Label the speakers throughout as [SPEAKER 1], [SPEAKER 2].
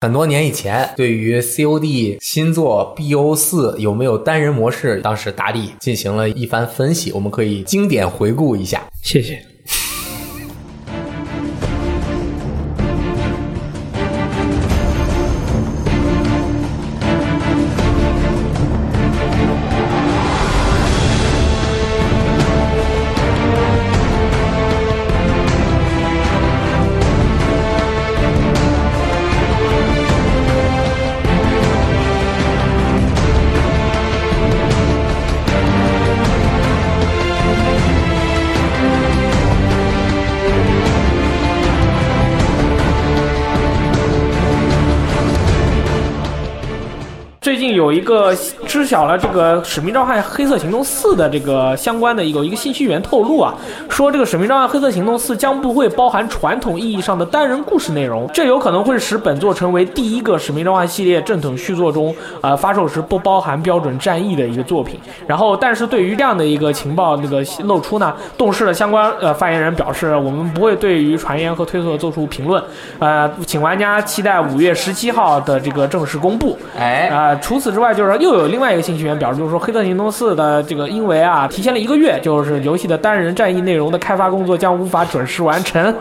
[SPEAKER 1] 很多年以前，对于 COD 新作 BO 四有没有单人模式，当时大力进行了一番分析，我们可以经典回顾一下。
[SPEAKER 2] 谢谢。最近有一个知晓了这个《使命召唤：黑色行动四》的这个相关的一个一个信息源透露啊，说这个《使命召唤：黑色行动四》将不会包含传统意义上的单人故事内容，这有可能会使本作成为第一个《使命召唤》系列正统续作中，呃，发售时不包含标准战役的一个作品。然后，但是对于这样的一个情报那个露出呢，动视的相关呃发言人表示，我们不会对于传言和推测做出评论，呃，请玩家期待五月十七号的这个正式公布。
[SPEAKER 1] 哎，
[SPEAKER 2] 啊、除此之外，就是说又有另外一个信息源表示，就是说《黑色行动四》的这个因为啊，提前了一个月，就是游戏的单人战役内容的开发工作将无法准时完成。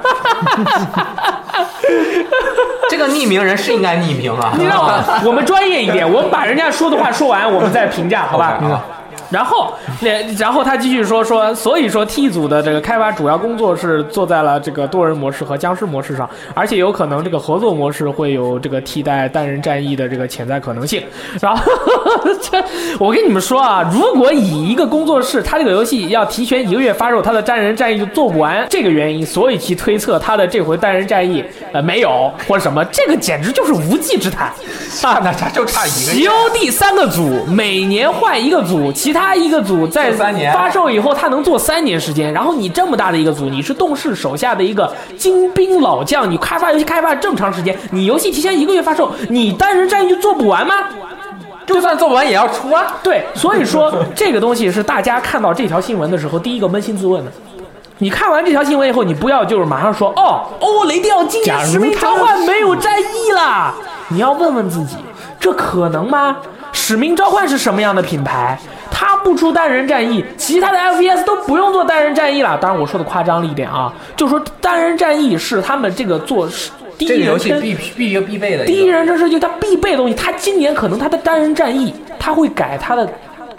[SPEAKER 1] 这个匿名人是应该匿名啊。
[SPEAKER 2] 你让我我们专业一点，我们把人家说的话说完，我们再评价，好吧？
[SPEAKER 1] OK，好
[SPEAKER 2] 然后，那然后他继续说说，所以说 T 组的这个开发主要工作是做在了这个多人模式和僵尸模式上，而且有可能这个合作模式会有这个替代单人战役的这个潜在可能性。 然后，这我跟你们说啊，如果以一个工作室他这个游戏要提前一个月发售，他的单人战役就做不完这个原因，所以其推测他的这回单人战役呃没有或者什么，这个简直就是无稽之谈 啊！
[SPEAKER 1] 那 差就差一个月
[SPEAKER 2] COD 三个组，每年换一个组，其他一个组在
[SPEAKER 1] 做三年
[SPEAKER 2] 发售以后，他能做三年时间。然后你这么大的一个组，你是动视手下的一个精兵老将，你开发游戏开发这么长时间，你游戏提前一个月发售，你单人战役就做不完吗？
[SPEAKER 1] 就算做不完也要出啊。
[SPEAKER 2] 对，所以说这个东西是大家看到这条新闻的时候第一个扪心自问的。你看完这条新闻以后，你不要就是马上说哦，欧雷迪奥今年
[SPEAKER 3] 假如
[SPEAKER 2] 使命召
[SPEAKER 3] 他
[SPEAKER 2] 唤没有战役啦，你要问问自己，这可能吗？使命召唤是什么样的品牌？它不出单人战役，其他的 FPS 都不用做单人战役了。当然，我说的夸张了一点啊，就说单人战役是他们这个做是第一
[SPEAKER 1] 这个游
[SPEAKER 2] 人
[SPEAKER 1] 戏
[SPEAKER 2] 称
[SPEAKER 1] 必必必必备的
[SPEAKER 2] 第一
[SPEAKER 1] 个
[SPEAKER 2] 人称射击它必备的东西，它今年可能它的单人战役，它会改它的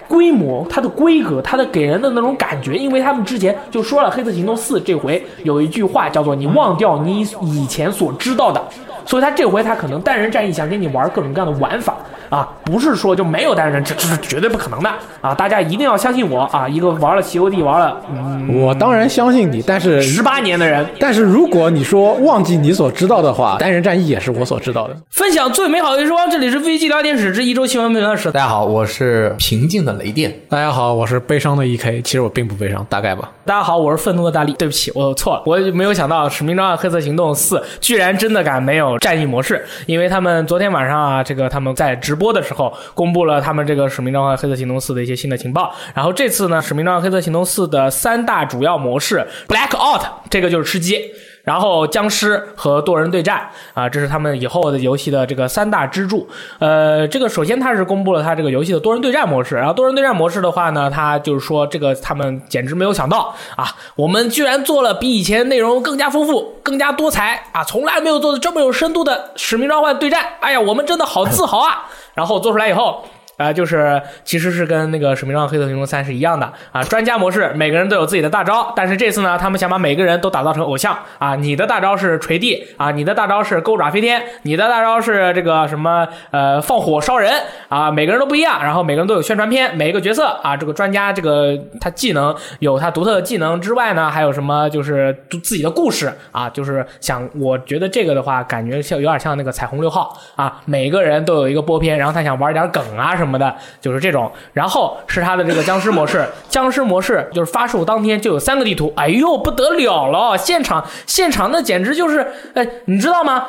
[SPEAKER 2] 规模、它的规格、它的给人的那种感觉，因为他们之前就说了，《黑色行动四》这回有一句话叫做“你忘掉你以前所知道的”，所以他这回他可能单人战役想给你玩各种各样的玩法啊，不是说就没有单人战，这这是绝对不可能的啊！大家一定要相信我啊，一个玩了 COD 玩了嗯
[SPEAKER 3] 我当然相信你，但是
[SPEAKER 2] 十八年的人，
[SPEAKER 3] 但是如果你说忘记你所知道的话，单人战役也是我所知道的。
[SPEAKER 2] 分享最美好的时光，这里是 VG 聊天室之一周新闻评论室。
[SPEAKER 1] 大家好，我是平静的雷电。
[SPEAKER 3] 大家好，我是悲伤的 EK，其实我并不悲伤，大概吧。
[SPEAKER 2] 大家好，我是愤怒的大力。对不起，我错了，我没有想到《使命召唤：黑色行动四》居然真的敢没有战役模式，因为他们昨天晚上啊，这个他们在直播的时候公布了他们这个《使命召唤：黑色行动四》的一些新的情报。然后这次呢，《使命召唤：黑色行动四》的三大主要模式：Blackout，这个就是吃鸡。然后僵尸和多人对战啊，这是他们以后的游戏的这个三大支柱。呃，这个首先它是公布了它这个游戏的多人对战模式，然后多人对战模式的话呢，它就是说这个他们简直没有想到啊，我们居然做了比以前内容更加丰富、更加多彩啊，从来没有做的这么有深度的使命召唤对战，哎呀，我们真的好自豪啊！然后做出来以后。啊、就是其实是跟那个《使命召唤：黑色行动三》是一样的啊。专家模式，每个人都有自己的大招，但是这次呢，他们想把每个人都打造成偶像啊。你的大招是捶地啊，你的大招是钩爪飞天，你的大招是这个什么呃放火烧人啊，每个人都不一样，然后每个人都有宣传片，每一个角色啊，这个专家这个他技能有 他独特的技能之外呢，还有什么就是自己的故事啊，就是想我觉得这个的话，感觉像有点像那个彩虹六号啊，每个人都有一个播片，然后他想玩点梗啊什么的，就是这种。然后是他的这个僵尸模式， 僵尸模式就是发售当天就有三个地图，哎呦不得了了，现场现场那简直就是，哎，你知道吗？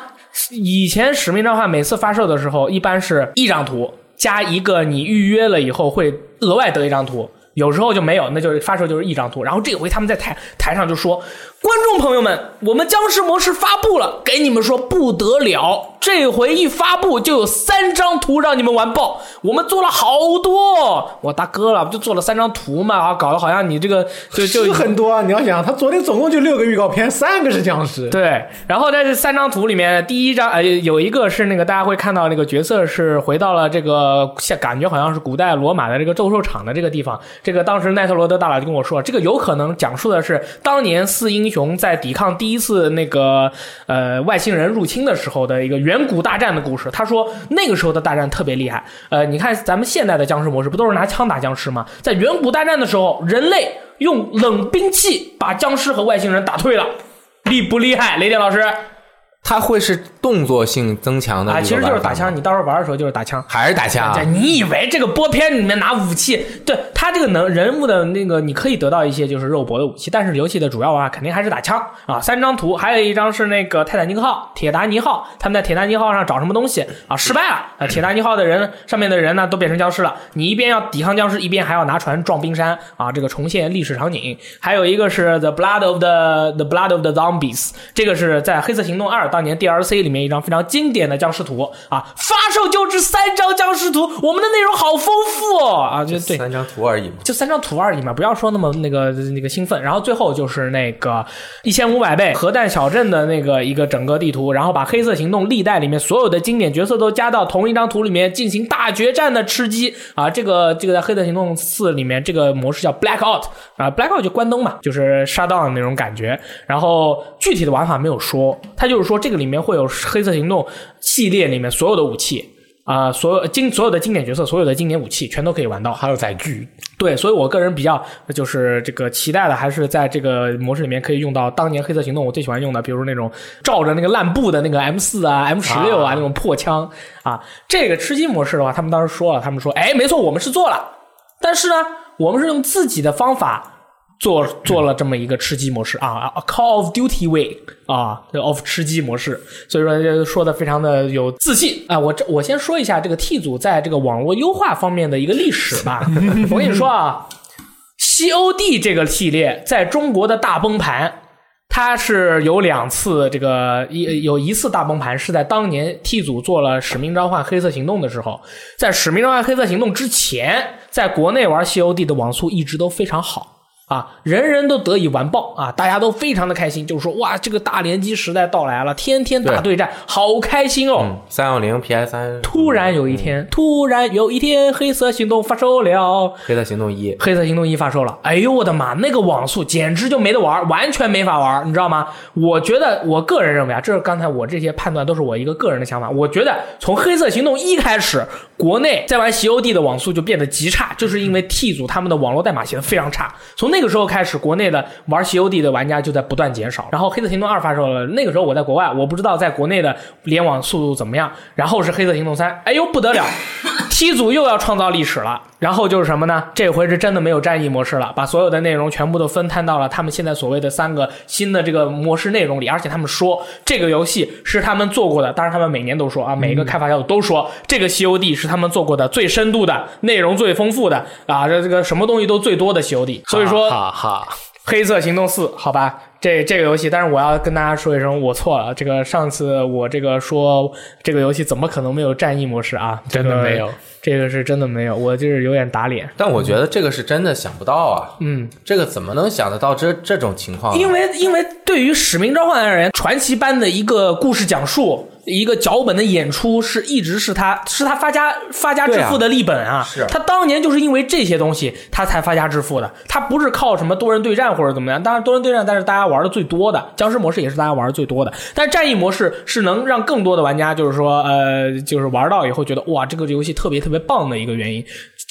[SPEAKER 2] 以前《使命召唤》每次发售的时候，一般是一张图加一个你预约了以后会额外得一张图，有时候就没有，那就是发售就是一张图。然后这回他们在台台上就说，观众朋友们，我们僵尸模式发布了，给你们说不得了！这回一发布就有三张图让你们玩爆，我们做了好多，我大哥了，不就做了三张图嘛？啊，搞得好像你这个就就是
[SPEAKER 3] 很多啊！你要想，他昨天总共就六个预告片，三个是僵尸，
[SPEAKER 2] 对，然后在这三张图里面，第一张呃有一个是那个大家会看到那个角色是回到了这个像感觉好像是古代罗马的这个斗兽场的这个地方。这个当时奈特罗德大佬就跟我说，这个有可能讲述的是当年四英雄在抵抗第一次那个呃外星人入侵的时候的一个远古大战的故事。他说那个时候的大战特别厉害，呃，你看咱们现在的僵尸模式不都是拿枪打僵尸吗？在远古大战的时候，人类用冷兵器把僵尸和外星人打退了。厉不厉害，雷电老师？
[SPEAKER 1] 它会是动作性增强的
[SPEAKER 2] 啊，
[SPEAKER 1] 一个
[SPEAKER 2] 其实就是
[SPEAKER 1] 玩法
[SPEAKER 2] 打枪，你到时候玩的时候就是打枪。
[SPEAKER 1] 还是打枪
[SPEAKER 2] 这
[SPEAKER 1] 啊？
[SPEAKER 2] 你以为这个播片里面拿武器，对他这个能人物的那个，你可以得到一些就是肉搏的武器，但是游戏的主要玩法肯定还是打枪啊。三张图，还有一张是那个泰坦尼克号、铁达尼号，他们在铁达尼号上找什么东西啊？失败了啊！铁达尼号的人上面的人呢都变成僵尸了，你一边要抵抗僵尸，一边还要拿船撞冰山啊，这个重现历史场景。还有一个是 The Blood of the The Blood of the Zombies，这个是在《黑色行动二》当年 DLC 里面一张非常经典的僵尸图啊。发售就这三张僵尸图，我们的内容好丰富哦啊！就对，
[SPEAKER 1] 三张图而已嘛。
[SPEAKER 2] 就三张图而已嘛，不要说那么那个那个兴奋。然后最后就是那个一千五百倍核弹小镇的那个一个整个地图，然后把黑色行动历代里面所有的经典角色都加到同一张图里面进行大决战的吃鸡啊！这个这个在黑色行动四里面这个模式叫 blackout 啊，blackout 就关灯嘛，就是 shutdown 的那种感觉。然后具体的玩法没有说，它就是说这个里面会有黑色行动系列里面所有的武器。啊、所有经所有的经典角色，所有的经典武器，全都可以玩到。
[SPEAKER 3] 还有载具，
[SPEAKER 2] 对，所以我个人比较就是这个期待的，还是在这个模式里面可以用到当年黑色行动我最喜欢用的，比如那种照着那个烂布的那个 M 四啊、M 十六啊
[SPEAKER 1] 啊
[SPEAKER 2] 那种破枪啊。这个吃鸡模式的话，他们当时说了，他们说，哎，没错，我们是做了，但是呢，我们是用自己的方法。做做了这么一个吃鸡模式啊啊，Call of Duty way 啊这，of 吃鸡模式，所以说这说的非常的有自信啊。我这我先说一下这个 T 组在这个网络优化方面的一个历史吧。我跟你说啊，COD 这个系列在中国的大崩盘，它是有两次这个一有一次大崩盘是在当年 T 组做了《使命召唤：黑色行动》的时候，在《使命召唤：黑色行动》之前，在国内玩 COD 的网速一直都非常好。啊，人人都得以完爆啊，大家都非常的开心，就是说哇，这个大联机时代到来了，天天打对战，好开心哦。
[SPEAKER 1] 嗯，三幺零 PS 三
[SPEAKER 2] 突然有一天，突然有一天，黑色行动发售了，
[SPEAKER 1] 黑色行动一
[SPEAKER 2] 黑色行动一发售了，哎呦我的妈，那个网速简直就没得玩儿，完全没法玩儿，你知道吗？我觉得我个人认为啊，这是刚才我这些判断都是我一个个人的想法。我觉得从黑色行动一开始，国内在玩 COD 的网速就变得极差，就是因为 T 组他们的网络代码写的非常差。从那个时候开始，国内的玩 COD 的玩家就在不断减少。然后黑色行动二发售了，那个时候我在国外，我不知道在国内的联网速度怎么样。然后是黑色行动三，哎呦不得了，T 组又要创造历史了。然后就是什么呢？这回是真的没有战役模式了，把所有的内容全部都分摊到了他们现在所谓的三个新的这个模式内容里。而且他们说这个游戏是他们做过的，当然他们每年都说啊，每个开发小组都说、这个 COD 是他们做过的最深度的、内容最丰富的啊，这这个什么东西都最多的 COD。所以说
[SPEAKER 1] 哈哈，哈
[SPEAKER 2] 黑色行动四，好吧，这这个游戏，但是我要跟大家说一声，我错了。这个上次我这个说这个游戏怎么可能没有战役模式啊？
[SPEAKER 3] 真的没有，
[SPEAKER 2] 这个是真的没有，我就是有点打脸。
[SPEAKER 1] 但我觉得这个是真的想不到啊，
[SPEAKER 2] 嗯，
[SPEAKER 1] 这个怎么能想得到这这种情况呢？啊
[SPEAKER 2] 因为因为对于《使命召唤》而言，传奇般的一个故事讲述，一个脚本的演出，是一直是他是他发家发家致富的立本啊。
[SPEAKER 1] 是
[SPEAKER 2] 他当年就是因为这些东西，他才发家致富的。他不是靠什么多人对战或者怎么样，当然多人对战，但是大家玩的最多的僵尸模式也是大家玩的最多的。但是战役模式是能让更多的玩家就是说呃，就是玩到以后觉得哇，这个游戏特别特别棒的一个原因，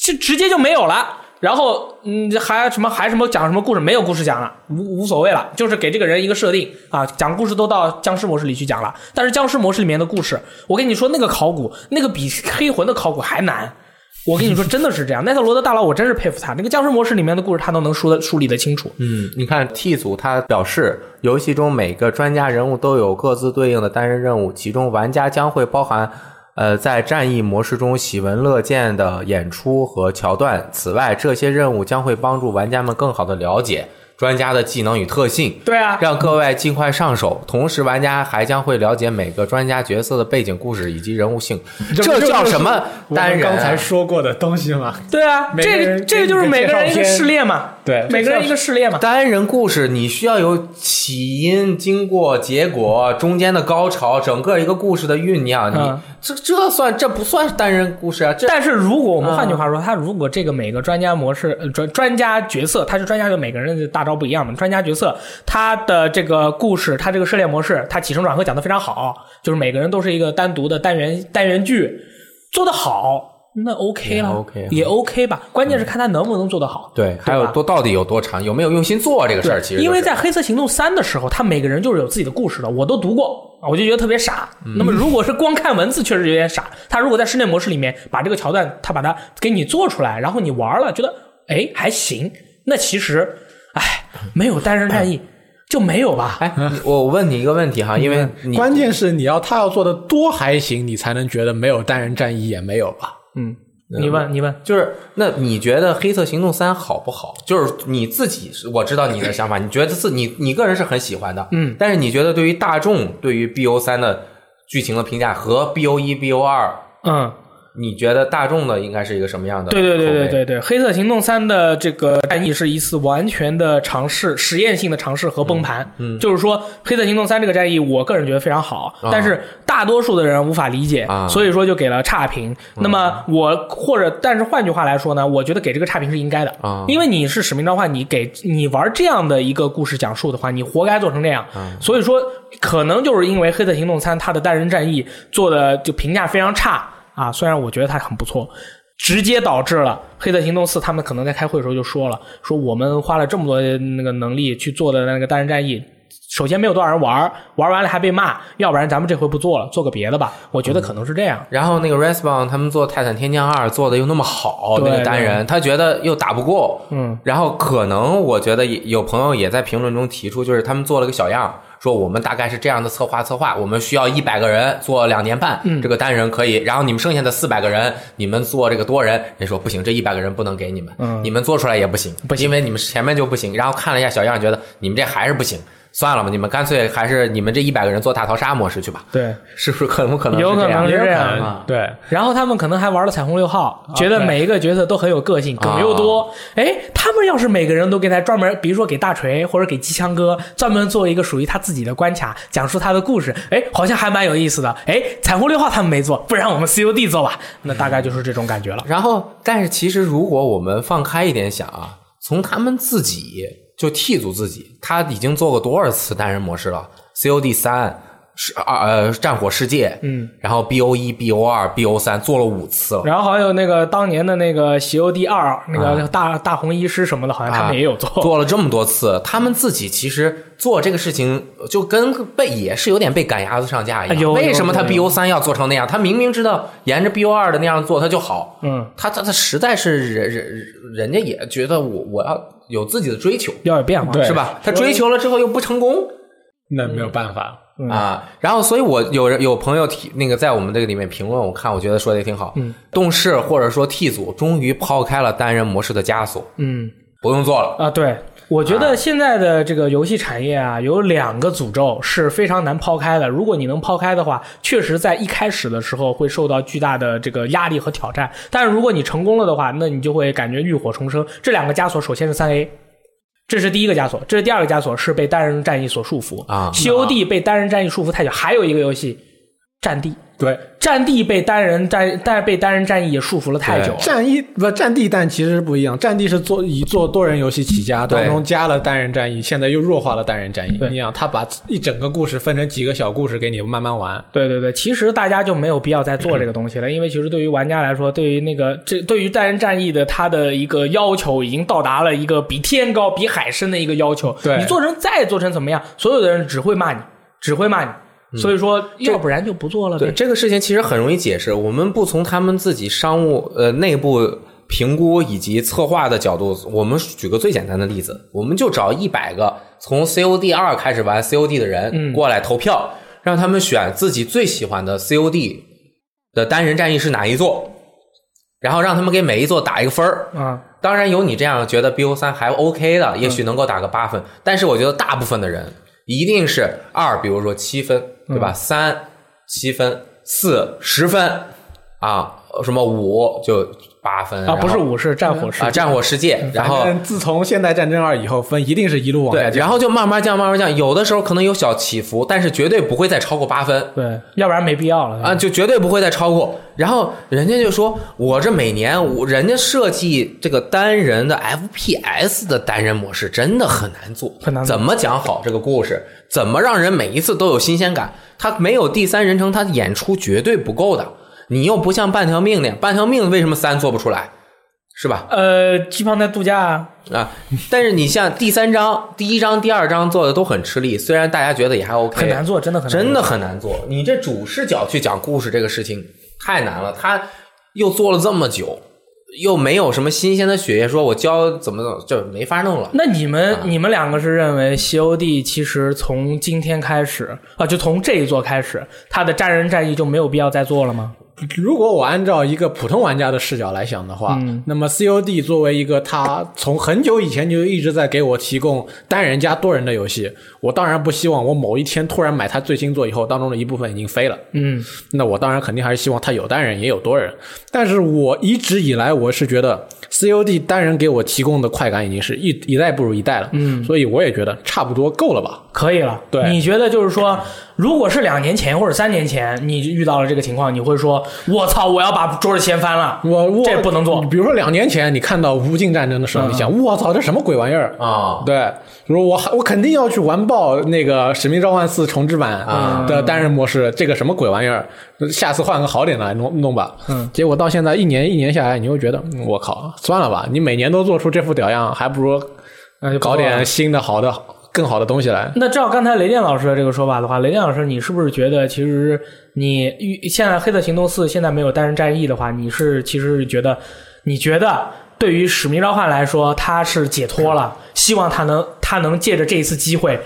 [SPEAKER 2] 这直接就没有了。然后，嗯，这还什么还什么讲什么故事，没有故事讲了，无无所谓了，就是给这个人一个设定啊，讲故事都到僵尸模式里去讲了。但是僵尸模式里面的故事，我跟你说，那个考古，那个比黑魂的考古还难。我跟你说，真的是这样。奈特罗德大佬，我真是佩服他，那个僵尸模式里面的故事，他都能梳的梳理的清楚。
[SPEAKER 1] 嗯，你看 T 组他表示，游戏中每个专家人物都有各自对应的单人任务，其中玩家将会包含。呃，在战役模式中喜闻乐见的演出和桥段。此外，这些任务将会帮助玩家们更好的了解专家的技能与特性，
[SPEAKER 2] 对啊，
[SPEAKER 1] 让各位尽快上手。同时，玩家还将会了解每个专家角色的背景故事以及人物性，这叫什么单人啊？
[SPEAKER 4] 刚才说过的东西嘛，
[SPEAKER 2] 对啊，
[SPEAKER 4] 每个
[SPEAKER 2] 这
[SPEAKER 4] 人
[SPEAKER 2] 个
[SPEAKER 4] 给
[SPEAKER 2] 这个
[SPEAKER 4] 你
[SPEAKER 2] 就是
[SPEAKER 4] 个
[SPEAKER 2] 每
[SPEAKER 4] 介
[SPEAKER 2] 个人
[SPEAKER 4] 绍
[SPEAKER 2] 一个
[SPEAKER 4] 片
[SPEAKER 2] 试炼嘛，
[SPEAKER 4] 对
[SPEAKER 2] 每个人一个试炼嘛。
[SPEAKER 1] 单人故事你需要有起因、经过、结果、中间的高潮，整个一个故事的酝酿。你、
[SPEAKER 2] 嗯
[SPEAKER 1] 这这算这不算是单人故事啊？这
[SPEAKER 2] 但是如果我们换句话说，他如果这个每个专家模式、呃专专家角色，他是专家的每个人的大招不一样嘛。专家角色他的这个故事，他这个涉猎模式，他起承转合讲得非常好，就是每个人都是一个单独的单元单元剧，做得好。那 OK 了
[SPEAKER 1] 也 OK 啊
[SPEAKER 2] 也 OK 吧，关键是看他能不能做得好。
[SPEAKER 1] 对，还有
[SPEAKER 2] 吧
[SPEAKER 1] 多到底有多长，有没有用心做这个事儿？其实就是、
[SPEAKER 2] 因为在《黑色行动三》的时候，他每个人就是有自己的故事的，我都读过，我就觉得特别傻。
[SPEAKER 1] 嗯
[SPEAKER 2] 那么如果是光看文字，确实有点傻。他如果在室内模式里面把这个桥段，他把它给你做出来，然后你玩了，觉得哎还行，那其实哎没有 单人战役就没有吧？
[SPEAKER 1] 哎，你我问你一个问题哈，因为你
[SPEAKER 3] 关键是你要他要做的多还行，你才能觉得没有单人战役也没有吧？
[SPEAKER 2] 嗯，你问你问，
[SPEAKER 1] 就是那你觉得《黑色行动三》好不好？就是你自己是，我知道你的想法，你觉得自你你个人是很喜欢的，
[SPEAKER 2] 嗯，
[SPEAKER 1] 但是你觉得对于大众对于 BO 三的剧情的评价和 BO 一、BO 二
[SPEAKER 2] 嗯。
[SPEAKER 1] 你觉得大众的应该是一个什么样的口
[SPEAKER 2] 对
[SPEAKER 1] 碑？
[SPEAKER 2] 对对对对对，《黑色行动三》的这个战役是一次完全的尝试、实验性的尝试和崩盘。嗯，就是说，《黑色行动三》这个战役，我个人觉得非常好，
[SPEAKER 1] 啊
[SPEAKER 2] 但是大多数的人无法理解，
[SPEAKER 1] 啊
[SPEAKER 2] 所以说就给了差评。那么我或者，但是换句话来说呢，我觉得给这个差评是应该的，
[SPEAKER 1] 啊
[SPEAKER 2] 因为你是使命召唤，你给你玩这样的一个故事讲述的话，你活该做成这样。所以说，可能就是因为《黑色行动三》它的单人战役做的就评价非常差啊，虽然我觉得它很不错，直接导致了《黑色行动四》他们可能在开会的时候就说了，说我们花了这么多那个能力去做的那个单人战役。首先没有多少人玩儿，玩完了还被骂，要不然咱们这回不做了，做个别的吧。我觉得可能是这样。
[SPEAKER 1] 然后那个 Respawn 他们做《泰坦天降二》做的又那么好，
[SPEAKER 2] 对
[SPEAKER 1] 那个单人他觉得又打不过，
[SPEAKER 2] 嗯，
[SPEAKER 1] 然后可能我觉得也有朋友也在评论中提出，就是他们做了个小样儿，说我们大概是这样的策划策划，我们需要一百个人做两年半，
[SPEAKER 2] 嗯
[SPEAKER 1] 这个单人可以，然后你们剩下的四百个人，你们做这个多人，人说不行，这一百个人不能给你们，
[SPEAKER 2] 嗯
[SPEAKER 1] 你们做出来也不行，
[SPEAKER 2] 不行
[SPEAKER 1] 因为你们前面就不行，然后看了一下小样儿，觉得你们这还是不行。算了吧，你们干脆还是你们这一百个人做大逃杀模式去吧，
[SPEAKER 2] 对，
[SPEAKER 1] 是不是？可不可能是
[SPEAKER 2] 有可
[SPEAKER 1] 这样
[SPEAKER 2] 呃能是这
[SPEAKER 4] 也有可
[SPEAKER 2] 样啊
[SPEAKER 4] 能
[SPEAKER 2] 的。
[SPEAKER 1] 啊
[SPEAKER 4] 对，
[SPEAKER 2] 然后他们可能还玩了彩虹六号，觉得
[SPEAKER 4] 对
[SPEAKER 2] 每一个角色都很有个性，梗又多。哎，他们要是每个人都给他专门，比如说给大锤或者给机枪哥，专门做一个属于他自己的关卡，讲述他的故事，哎，好像还蛮有意思的。哎，彩虹六号他们没做，不然我们 COD 做吧，那大概就是这种感觉了。
[SPEAKER 1] 然后，但是其实如果我们放开一点想啊，从他们自己就 T 组自己，他已经做过多少次单人模式了？COD 三是啊呃战火世界，
[SPEAKER 2] 嗯，
[SPEAKER 1] 然后 BO 一、BO 二、BO 三做了五次了。
[SPEAKER 2] 然后还有那个当年的那个《西游第二》，那个大、大红医师什么的，好像他
[SPEAKER 1] 啊
[SPEAKER 2] 们也有做。
[SPEAKER 1] 做了这么多次，他们自己其实做这个事情就跟被也是有点被赶鸭子上架一
[SPEAKER 2] 哎呦
[SPEAKER 1] 样。为什么他
[SPEAKER 2] 有有
[SPEAKER 1] BO 三要做成那样？他明明知道沿着 BO 二的那样做他就好，
[SPEAKER 2] 嗯，
[SPEAKER 1] 他他他实在是人人人家也觉得我我要有自己的追求，
[SPEAKER 2] 要有变化，
[SPEAKER 4] 对
[SPEAKER 1] 是吧？他追求了之后又不成功
[SPEAKER 4] 那没有办法，
[SPEAKER 2] 嗯
[SPEAKER 1] 啊，然后所以我有人有朋友提那个在我们这个里面评论，我看我觉得说的也挺好。
[SPEAKER 2] 嗯，
[SPEAKER 1] 动视或者说 T 组终于抛开了单人模式的枷锁，
[SPEAKER 2] 嗯。
[SPEAKER 1] 不用做了。
[SPEAKER 2] 啊，对，我觉得现在的这个游戏产业啊，有两个诅咒是非常难抛开的。如果你能抛开的话，确实在一开始的时候会受到巨大的这个压力和挑战。但是如果你成功了的话，那你就会感觉浴火重生。这两个枷锁，首先是三 A。这是第一个枷锁，这是第二个枷锁，是被单人战役所束缚
[SPEAKER 1] 啊
[SPEAKER 2] ，COD 被单人战役束缚太久，还有一个游戏《战地》，
[SPEAKER 4] 对，
[SPEAKER 2] 战地被单人战，但被单人战役也束缚了太久了。
[SPEAKER 3] 战役不战地，但其实不一样。战地是做以做多人游戏起家，
[SPEAKER 1] 对
[SPEAKER 3] 当中加了单人战役，现在又弱化了单人战役。
[SPEAKER 2] 对
[SPEAKER 3] 你想，他把一整个故事分成几个小故事给你慢慢玩，
[SPEAKER 2] 对对对，其实大家就没有必要再做这个东西了，因为其实对于玩家来说，对于那个这对于单人战役的它的一个要求已经到达了一个比天高比海深的一个要求。
[SPEAKER 3] 对
[SPEAKER 2] 你做成再做成怎么样，所有的人只会骂你，只会骂你，所以说要不然就不做了
[SPEAKER 1] 嗯
[SPEAKER 2] 呗。
[SPEAKER 1] 对这个事情其实很容易解释，我们不从他们自己商务呃内部评估以及策划的角度，我们举个最简单的例子，我们就找一百个从 COD 二开始玩 COD 的
[SPEAKER 2] 嗯
[SPEAKER 1] 人过来投票，让他们选自己最喜欢的 COD 的单人战役是哪一座。然后让他们给每一座打一个分儿。
[SPEAKER 2] 啊，
[SPEAKER 1] 当然有你这样觉得 BO 三还 OK
[SPEAKER 2] 嗯
[SPEAKER 1] 的，也许能够打个八分，但是我觉得大部分的人一定是二，比如说七分，
[SPEAKER 2] 嗯
[SPEAKER 1] 对吧？三、七分，四十分啊，什么五就八分
[SPEAKER 2] 啊，不是
[SPEAKER 1] 然后
[SPEAKER 2] 五嗯是战火是
[SPEAKER 1] 啊，战火世界，然后
[SPEAKER 4] 反正自从《现代战争二》以后，分一定是一路往
[SPEAKER 1] 对
[SPEAKER 4] 下，降。
[SPEAKER 1] 然后就慢慢降，慢慢降，有的时候可能有小起伏，但是绝对不会再超过八分。
[SPEAKER 2] 对，要不然没必要了
[SPEAKER 1] 啊，。就绝对不会再超过。然后人家就说，我这每年我人家设计这个单人的 FPS 的单人模式真的很难做，
[SPEAKER 2] 很难做
[SPEAKER 1] 怎么讲好这个故事，怎么让人每一次都有新鲜感？他没有第三人称，他演出绝对不够的。你又不像半条命那样，半条命为什么三做不出来？是吧？
[SPEAKER 2] 呃，基本上在度假啊，
[SPEAKER 1] 啊，但是你像第三章、第一章、第二章做的都很吃力，虽然大家觉得也还 OK，
[SPEAKER 2] 很难做，真的很难做
[SPEAKER 1] 真的很难做。你这主视角去讲故事这个事情太难了，他又做了这么久，又没有什么新鲜的血液，说我教怎么怎么，就没法弄了。
[SPEAKER 2] 那你们、
[SPEAKER 4] 啊
[SPEAKER 2] 你们两个是认为 COD 其实从今天开始啊，就从这一座开始，它的战人战役就没有必要再做了吗？
[SPEAKER 4] 如果我按照一个普通玩家的视角来想的话，
[SPEAKER 1] 嗯
[SPEAKER 4] 那么 COD 作为一个它从很久以前就一直在给我提供单人加多人的游戏，我当然不希望我某一天突然买它最新作以后，当中的一部分已经飞了。
[SPEAKER 2] 嗯，
[SPEAKER 4] 那我当然肯定还是希望它有单人也有多人，但是我一直以来我是觉得 COD 单人给我提供的快感已经是一一代不如一代了，嗯，所以我也觉得差不多够了吧。
[SPEAKER 2] 可以了。
[SPEAKER 4] 对
[SPEAKER 2] 你觉得就是说，如果是两年前或者三年前你遇到了这个情况，你会说“我操，我要把桌子掀翻了
[SPEAKER 4] 我我
[SPEAKER 2] 这不能做嗯
[SPEAKER 4] 比如说两年前你看到无尽战争的时候，你想我操这什么鬼玩意儿
[SPEAKER 1] 啊
[SPEAKER 4] 对，如果我还我肯定要去完爆那个《使命召唤四》重置版
[SPEAKER 2] 嗯
[SPEAKER 1] 啊
[SPEAKER 4] 的单人模式，这个什么鬼玩意儿？下次换个好点的来弄弄吧。嗯，结果到现在一年一年下来，你又觉得嗯我靠，算了吧，你每年都做出这副屌样，还不如
[SPEAKER 2] 那就不
[SPEAKER 4] 搞
[SPEAKER 2] 做了
[SPEAKER 4] 点新的好的更好的东西来”。。
[SPEAKER 2] 那照刚才雷电老师的这个说法的话，雷电老师，你是不是觉得其实你遇现在《黑色行动四》现在没有单人战役的话，你是其实是觉得你觉得对于《使命召唤》来说，它是解脱了，希望它能它能借着这一次机会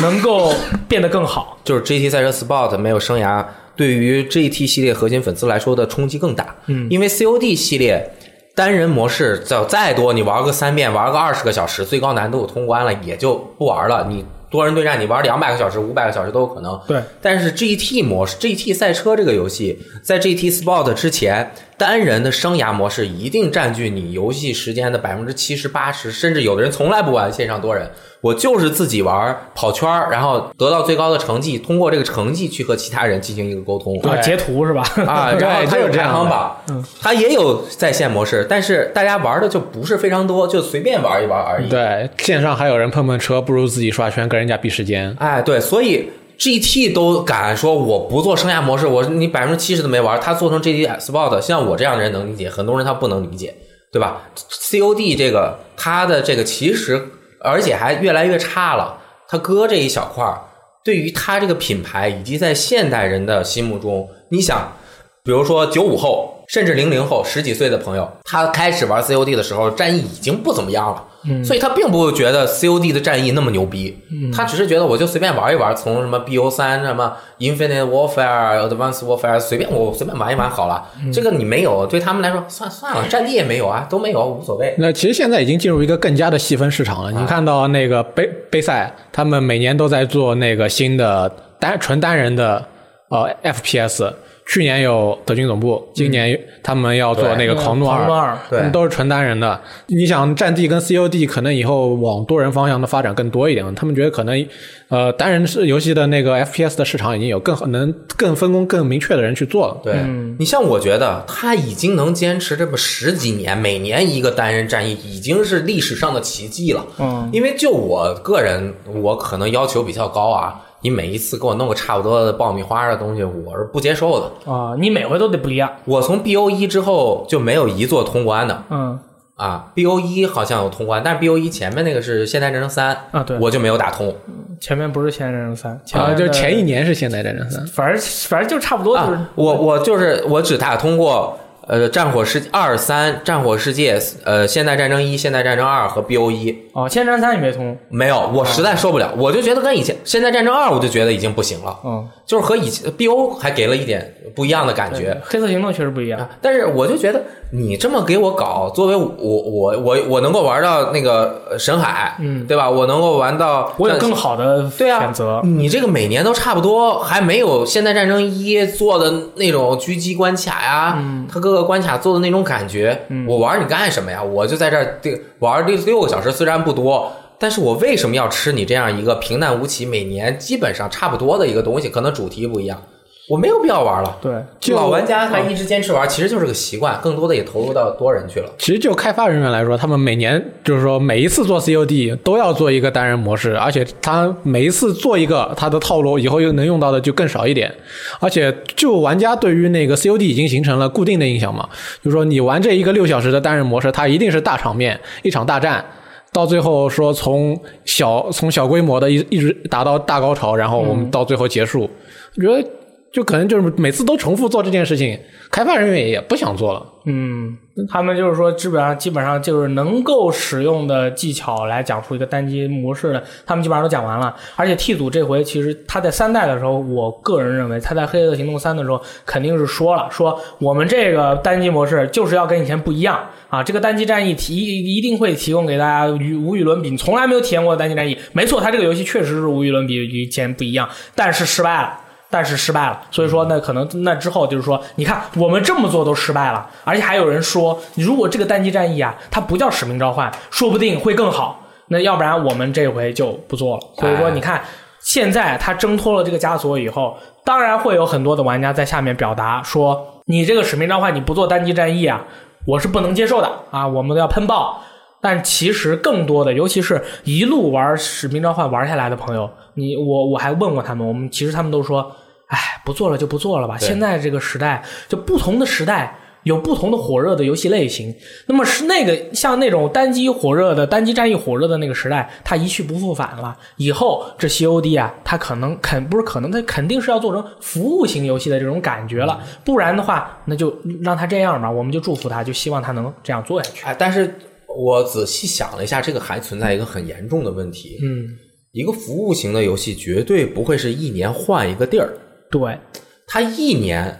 [SPEAKER 2] 能够变得更好。
[SPEAKER 1] 就是 GT 赛车 Sport 没有生涯，对于 GT 系列核心粉丝来说的冲击更大。嗯，因为 COD 系列单人模式，再再多你玩个三遍，玩个二十个小时，最高难度通关了也就不玩了。你多人对战，你玩两百个小时、五百个小时都有可能。
[SPEAKER 2] 对，
[SPEAKER 1] 但是 GT 模式、GT 赛车这个游戏，在 GT Sport 之前，单人的生涯模式一定占据你游戏时间的百分之七十、八十，甚至有的人从来不玩线上多人，我就是自己玩儿跑圈儿，然后得到最高的成绩，通过这个成绩去和其他人进行一个沟通。
[SPEAKER 2] 啊，截图是吧？
[SPEAKER 1] 啊，
[SPEAKER 4] 对
[SPEAKER 1] 然后它有
[SPEAKER 4] 就是
[SPEAKER 1] 排
[SPEAKER 4] 这样的嗯
[SPEAKER 1] 行榜，它也有在线模式，但是大家玩的就不是非常多，就随便玩一玩而已。
[SPEAKER 4] 对，线上还有人碰碰车，不如自己刷圈跟人家比时间。
[SPEAKER 1] 哎，对，所以 GT 都敢说我不做生涯模式，我你百分之七十都没玩，他做成 GT Sport，像我这样的人能理解，很多人他不能理解，对吧？COD 这个它的这个其实而且还越来越差了，它割这一小块儿，对于它这个品牌以及在现代人的心目中，你想，比如说九五后。甚至零零后十几岁的朋友，他开始玩 COD 的时候，战役已经不怎么样了，所以他并不会觉得 COD 的战役那么牛逼，他只是觉得我就随便玩一玩，从什么 BO 三啊什么 Infinite Warfare、Advanced Warfare 随便我随便玩一玩好了。这个你没有，对他们来说算算了，战地也没有啊，都没有无所谓。
[SPEAKER 4] 那其实现在已经进入一个更加的细分市场了。
[SPEAKER 2] 啊
[SPEAKER 4] 你看到那个杯杯赛，他们每年都在做那个新的单纯单人的呃 FPS。去年有德军总部，今
[SPEAKER 2] 嗯
[SPEAKER 4] 年他们要做那个狂怒
[SPEAKER 2] 狂怒二
[SPEAKER 1] 对
[SPEAKER 4] 他们都是纯单人的。你想战地跟 COD 可能以后往多人方向的发展更多一点，他们觉得可能呃单人是游戏的那个 FPS 的市场已经有更好能更分工更明确的人去做了。
[SPEAKER 1] 对、你像我觉得他已经能坚持这么十几年，每年一个单人战役已经是历史上的奇迹了。
[SPEAKER 2] 嗯，
[SPEAKER 1] 因为就我个人，我可能要求比较高啊，你每一次给我弄个差不多的爆米花的东西，我是不接受的。
[SPEAKER 2] 啊，你每回都得不一样。
[SPEAKER 1] 我从 BO 一之后就没有一座通关的
[SPEAKER 2] 嗯，
[SPEAKER 1] 啊，BO 一好像有通关，但是 BO 一前面那个是《现代战争三》
[SPEAKER 2] 啊对
[SPEAKER 1] 我就没有打通
[SPEAKER 2] 前面不是《现代战争三》，前
[SPEAKER 4] 啊，
[SPEAKER 2] 面
[SPEAKER 4] 就
[SPEAKER 2] 的
[SPEAKER 4] 嗯前一，年是现代战争三。
[SPEAKER 1] 啊
[SPEAKER 2] 反正反正就差不多就是嗯
[SPEAKER 1] 啊，我我就是我只打通过。呃，战火世二三、战火世界、呃，现代战争一、现代战争二和 BO 一
[SPEAKER 2] 哦，现在战三也没通，
[SPEAKER 1] 没有，我实在受不了，我就觉得跟以前《现代战争二》，我就觉得已经不行了，
[SPEAKER 2] 嗯，
[SPEAKER 1] 就是和以前 BO 还给了一点不一样的感觉。
[SPEAKER 2] 黑色行动确实不一样。
[SPEAKER 1] 啊但是我就觉得你这么给我搞，作为我我我我能够玩到那个呃神海，嗯，对吧？我能够玩到，
[SPEAKER 2] 我有更好的
[SPEAKER 1] 对啊
[SPEAKER 2] 选择，
[SPEAKER 1] 你这个每年都差不多，还没有《现代战争一》做的那种狙击关卡呀，它各个关卡做的那种感觉。我玩你干什么呀？我就在这儿这个玩六六个小时，虽然不多。但是我为什么要吃你这样一个平淡无奇、每年基本上差不多的一个东西？可能主题不一样，我没有必要玩了。
[SPEAKER 2] 对，
[SPEAKER 3] 就
[SPEAKER 1] 老玩家还一直坚持玩，其实就是个习惯，更多的也投入到多人去了。
[SPEAKER 4] 其实就开发人员来说，他们每年就是说每一次做 COD 都要做一个单人模式，而且他每一次做一个，他的套路以后又能用到的就更少一点。而且就玩家对于那个 COD 已经形成了固定的印象嘛，就是说你玩这一个六小时的单人模式，它一定是大场面，一场大战。到最后说从小从小规模的一一直达到大高潮，然后我
[SPEAKER 2] 嗯
[SPEAKER 4] 们到最后结束，我觉得就可能就是每次都重复做这件事情，开发人员也不想做了。
[SPEAKER 2] 嗯，他们就是说，基本上基本上就是能够使用的技巧来讲述一个单机模式的，他们基本上都讲完了。而且 T 组这回其实他在三代的时候，我个人认为他在《黑色行动三》的时候肯定是说了，说我们这个单机模式就是要跟以前不一样啊，这个单机战役提一定会提供给大家与无与伦比，你从来没有体验过的单机战役。没错，他这个游戏确实是无与伦比，与以前不一样，但是失败了。但是失败了，所以说那可能那之后就是说，你看我们这么做都失败了，而且还有人说，如果这个单机战役啊，它不叫使命召唤，说不定会更好。那要不然我们这回就不做了。所以说，
[SPEAKER 1] 哎
[SPEAKER 2] 你看现在他挣脱了这个枷锁以后，当然会有很多的玩家在下面表达说，你这个使命召唤你不做单机战役啊，我是不能接受的啊，我们都要喷爆。但其实更多的，尤其是一路玩《使命召唤》玩下来的朋友，你我我还问过他们，我们其实他们都说，哎，不做了就不做了吧。
[SPEAKER 1] 对
[SPEAKER 2] 现在这个时代，就不同的时代有不同的火热的游戏类型。那么是那个像那种单机火热的单机战役火热的那个时代，它一去不复返了。以后这 COD 啊，它可能肯不是可能，它肯定是要做成服务型游戏的这种感觉
[SPEAKER 1] 嗯
[SPEAKER 2] 了。不然的话，那就让它这样吧，我们就祝福它，就希望它能这样做下去。
[SPEAKER 1] 哎，但是我仔细想了一下，这个还存在一个很严重的问题。
[SPEAKER 2] 嗯，
[SPEAKER 1] 一个服务型的游戏绝对不会是一年换一个地儿，
[SPEAKER 2] 对。
[SPEAKER 1] 它一年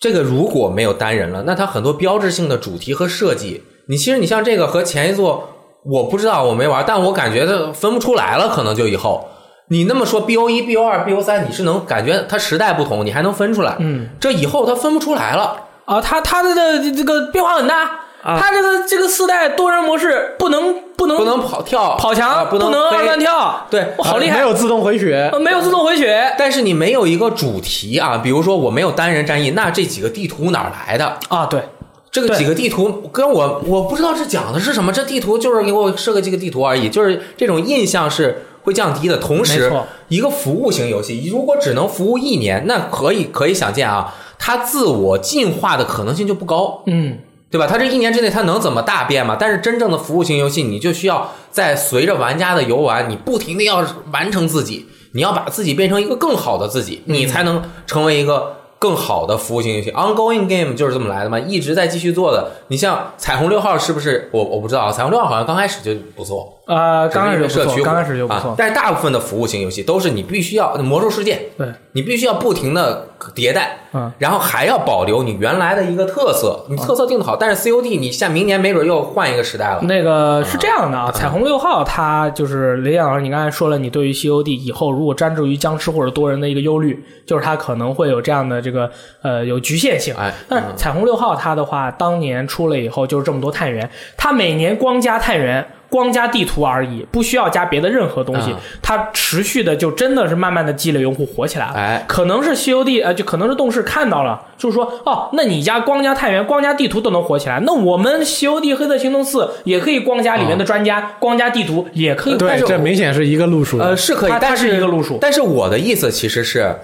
[SPEAKER 1] 这个如果没有单人了，那它很多标志性的主题和设计，你其实你像这个和前一座，我不知道我没玩，但我感觉它分不出来了，可能就以后。你那么说，B O 一、B O 二、B O 三，你是能感觉它时代不同，你还能分出来。嗯，这以后它分不出来了。
[SPEAKER 2] 啊，它它的这这个变化很大，
[SPEAKER 1] 啊
[SPEAKER 2] 它这个这个四代多人模式不能不能
[SPEAKER 1] 不能跑跳、
[SPEAKER 2] 跑墙，
[SPEAKER 1] 啊不
[SPEAKER 2] 不
[SPEAKER 1] 能
[SPEAKER 2] 二段
[SPEAKER 1] 飞。
[SPEAKER 2] 跳，
[SPEAKER 1] 对
[SPEAKER 2] 我好厉害
[SPEAKER 4] 没，有自动回血
[SPEAKER 2] 呃，没有自动回血
[SPEAKER 1] 但是你没有一个主题啊，比如说我没有单人战役，那这几个地图哪儿来的？
[SPEAKER 2] 啊，对，
[SPEAKER 1] 这个
[SPEAKER 2] 对
[SPEAKER 1] 几个地图跟我我不知道这讲的是什么，这地图就是给我设个这个地图而已，就是这种印象是会降低的。同
[SPEAKER 2] 没
[SPEAKER 1] 时
[SPEAKER 2] 错，
[SPEAKER 1] 一个服务型游戏如果只能服务一年，那可以可以想见啊，它自我进化的可能性就不高。
[SPEAKER 2] 嗯，
[SPEAKER 1] 对吧？它这一年之内它能怎么大变嘛？但是真正的服务型游戏，你就需要在随着玩家的游玩，你不停的要完成自己，你要把自己变成一个更好的自己，你
[SPEAKER 2] 嗯
[SPEAKER 1] 才能成为一个更好的服务型游戏。Ongoing game 就是这么来的嘛，一直在继续做的。你像彩虹六号是不是？我我不知道，啊彩虹六号好像刚开始就不错，
[SPEAKER 2] 呃，刚开始就
[SPEAKER 1] 只是因为社
[SPEAKER 2] 不
[SPEAKER 1] 区火
[SPEAKER 2] 错，刚开始就不
[SPEAKER 1] 啊
[SPEAKER 2] 错，
[SPEAKER 1] 但是大部分的服务型游戏都是你必须要魔兽世界，
[SPEAKER 2] 对，
[SPEAKER 1] 你必须要不停的迭代，
[SPEAKER 2] 嗯，
[SPEAKER 1] 然后还要保留你原来的一个特色，你特色定的好，但是 COD 你下明年没准又换一个时代了，
[SPEAKER 2] 那个是这样的啊，彩虹六号它就是雷电老师，你刚才说了，你对于 COD 以后如果专注于僵尸或者多人的一个忧虑，就是它可能会有这样的这个呃有局限性。
[SPEAKER 1] 哎
[SPEAKER 2] 但是彩虹六号它的话，当年出了以后就是这么多探员，它每年光加探员。光加地图而已，不需要加别的任何东西
[SPEAKER 1] 嗯。
[SPEAKER 2] 它持续的就真的是慢慢的积累用户火起来了。
[SPEAKER 1] 哎
[SPEAKER 2] 可能是 COD 呃，就可能是动视看到了，就是说，哦，那你家光加探员、光加地图都能火起来，那我们 COD 黑色行动四也可以光加里面的专家，光加地图也可以。
[SPEAKER 1] 但
[SPEAKER 4] 对
[SPEAKER 1] 是，我
[SPEAKER 4] 这明显是一个路数的。
[SPEAKER 1] 呃是可以
[SPEAKER 2] 它，
[SPEAKER 1] 但
[SPEAKER 2] 它是一个路数
[SPEAKER 1] 但是我的意思其实是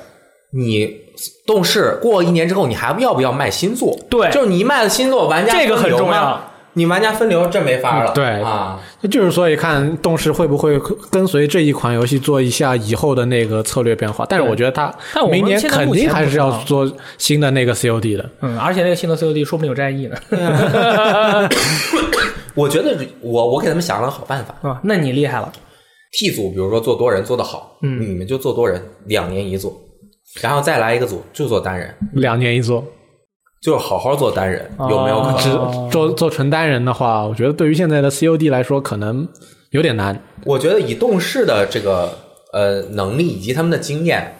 [SPEAKER 1] 你。动视过一年之后，你还要不要卖新作？
[SPEAKER 2] 对
[SPEAKER 1] 就是你一卖了新作，玩家
[SPEAKER 2] 这个很
[SPEAKER 1] 有吗
[SPEAKER 2] 重要。
[SPEAKER 1] 你玩家分流这没法了，
[SPEAKER 4] 嗯对
[SPEAKER 1] 啊，
[SPEAKER 4] 那就是所以看动视会不会跟随这一款游戏做一下以后的那个策略变化，但是我觉得
[SPEAKER 2] 但
[SPEAKER 4] 它
[SPEAKER 2] 我们
[SPEAKER 4] 明年
[SPEAKER 2] 现在
[SPEAKER 4] 肯
[SPEAKER 2] 目前
[SPEAKER 4] 定还
[SPEAKER 2] 不知
[SPEAKER 4] 是要
[SPEAKER 2] 道
[SPEAKER 4] 做新的那个 COD 的。
[SPEAKER 2] 嗯，而且那个新的 COD 说不定有战役 呢。嗯
[SPEAKER 1] 我觉得我我给他们想了个好办法
[SPEAKER 2] 啊，那你厉害了。
[SPEAKER 1] ，T 组比如说做多人做得好，嗯，你们就做多人，两年一组，然后再来一个组就做单人，
[SPEAKER 4] 两年一做，
[SPEAKER 1] 就是好好做单人，有没有可
[SPEAKER 2] 哦
[SPEAKER 1] 能？
[SPEAKER 4] 只做做纯单人的话，我觉得对于现在的 COD 来说，可能有点难。
[SPEAKER 1] 我觉得以动视的这个呃能力以及他们的经验，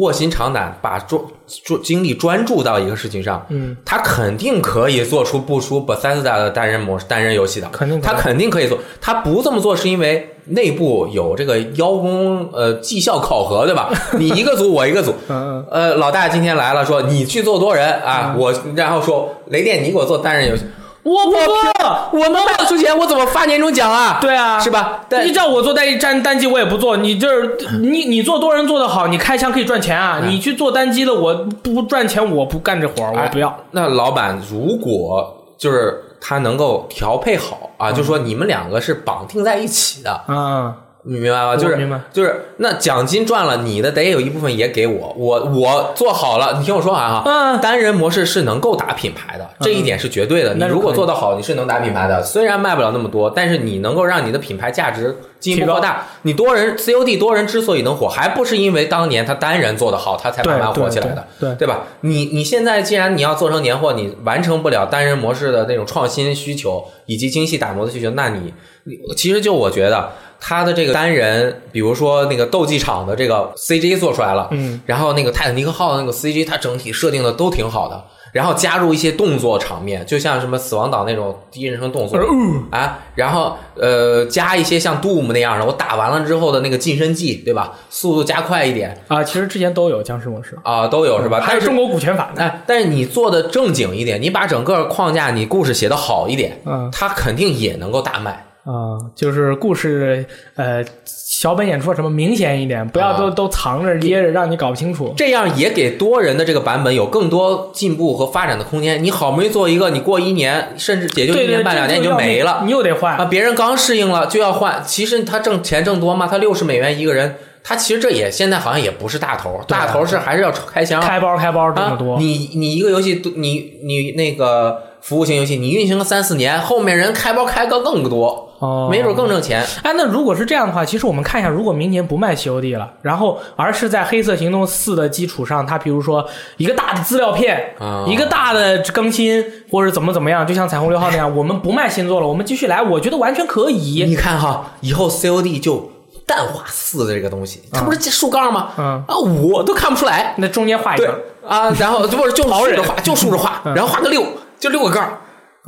[SPEAKER 1] 卧薪尝胆，把专专精力专注到一个事情上，嗯，他肯定可以做出不输 Bethesda 的单人模式、单人游戏的，
[SPEAKER 2] 肯定可以
[SPEAKER 1] 他肯定可以做。他不这么做是因为内部有这个邀功呃绩效考核，对 吧？你一个组，我一个组，
[SPEAKER 2] 嗯嗯
[SPEAKER 1] 呃，老大今天来了，说你去做多人啊，我然后说雷电，你给我做单人游戏。我我
[SPEAKER 2] 不
[SPEAKER 1] 我能卖出钱，我怎么发年终奖啊？
[SPEAKER 2] 啊对啊，
[SPEAKER 1] 是吧？但
[SPEAKER 2] 你叫我做单单单机，我也不做。你就是你你做多人做的好，你开枪可以赚钱啊。你去做单机的，我不赚钱，我不干这活儿，
[SPEAKER 1] 哎
[SPEAKER 2] 我不要。
[SPEAKER 1] 那老板如果就是他能够调配好啊，就说你们两个是绑定在一起的，
[SPEAKER 2] 嗯，
[SPEAKER 1] 你明白吗？就是
[SPEAKER 2] 明白
[SPEAKER 1] 就是那奖金赚了，你的得有一部分也给我，我我做好了，你听我说完啊，
[SPEAKER 2] 嗯
[SPEAKER 1] 单人模式是能够打品牌的，这一点是绝对的。你
[SPEAKER 2] 那是
[SPEAKER 1] 如果
[SPEAKER 2] 可以
[SPEAKER 1] 做得好，你是能打品牌的，虽然卖不了那么多，但是你能够让你的品牌价值进一步
[SPEAKER 2] 提高
[SPEAKER 1] 扩大。你多人 COD 多人之所以能火，还不是因为当年他单人做得好，他才慢慢
[SPEAKER 2] 对对
[SPEAKER 1] 火起来的。
[SPEAKER 2] 对对
[SPEAKER 1] 对吧？你你现在既然你要做成年货，你完成不了单人模式的那种创新需求以及精细打磨的需求，那你你其实就我觉得他的这个单人，比如说那个斗技场的这个 CG 做出来了，嗯，然后那个泰坦尼克号的那个 CG，它整体设定的都挺好的。然后加入一些动作场面，就像什么死亡岛那种第一人称
[SPEAKER 2] 呃
[SPEAKER 1] 动作、
[SPEAKER 2] 嗯
[SPEAKER 1] 啊，然后呃加一些像 Doom 那样的，我打完了之后的那个近身技，对吧？速度加快一点
[SPEAKER 2] 啊，其实之前都有僵尸模式，
[SPEAKER 1] 啊、都有是吧？
[SPEAKER 2] 还
[SPEAKER 1] 但
[SPEAKER 2] 有
[SPEAKER 1] 是
[SPEAKER 2] 中国股权法呢。
[SPEAKER 1] 哎，但是你做的正经一点，你把整个框架、你故事写的好一点，
[SPEAKER 2] 嗯
[SPEAKER 1] 它肯定也能够大卖。
[SPEAKER 2] 啊、就是故事，呃，小本演出啊什么明显一点，不要都、
[SPEAKER 1] 啊
[SPEAKER 2] 都藏着掖着，让你搞不清楚。
[SPEAKER 1] 这样也给多人的这个版本有更多进步和发展的空间。你好不容易做一个，你过一年，甚至也就
[SPEAKER 2] 对
[SPEAKER 1] 一
[SPEAKER 2] 对
[SPEAKER 1] 年半两年你就没
[SPEAKER 2] 这
[SPEAKER 1] 了
[SPEAKER 2] 你又得换
[SPEAKER 1] 啊！别人刚适应了就要换，其实他挣钱挣多吗？他六十美元一个人，他其实这也现在好像也不是大头，
[SPEAKER 2] 对啊
[SPEAKER 1] 大头是还是要开箱
[SPEAKER 2] 开包开包这么多。
[SPEAKER 1] 啊、你你一个游戏，你你那个服务型游戏，你运行个三四年，后面人开包开个更多，
[SPEAKER 2] 哦
[SPEAKER 1] 没准更挣钱。
[SPEAKER 2] 哎，那如果是这样的话，其实我们看一下，如果明年不卖 COD 了，然后而是在《黑色行动四》的基础上，它比如说一个大的资料片，
[SPEAKER 1] 啊
[SPEAKER 2] 一个大的更新，或者怎么怎么样，就像《彩虹六号》那样，我们不卖新作了，我们继续来，我觉得完全可以。
[SPEAKER 1] 你看哈，以后 COD 就淡化四的这个东西，它不是竖杠吗？
[SPEAKER 2] 嗯
[SPEAKER 1] 啊，五都看不出来。
[SPEAKER 2] 那中间画一
[SPEAKER 1] 对
[SPEAKER 2] 个，
[SPEAKER 1] 啊，然后就不是就竖
[SPEAKER 2] 人嗯
[SPEAKER 1] 着画，就竖着画，然后画个六，就六个杠。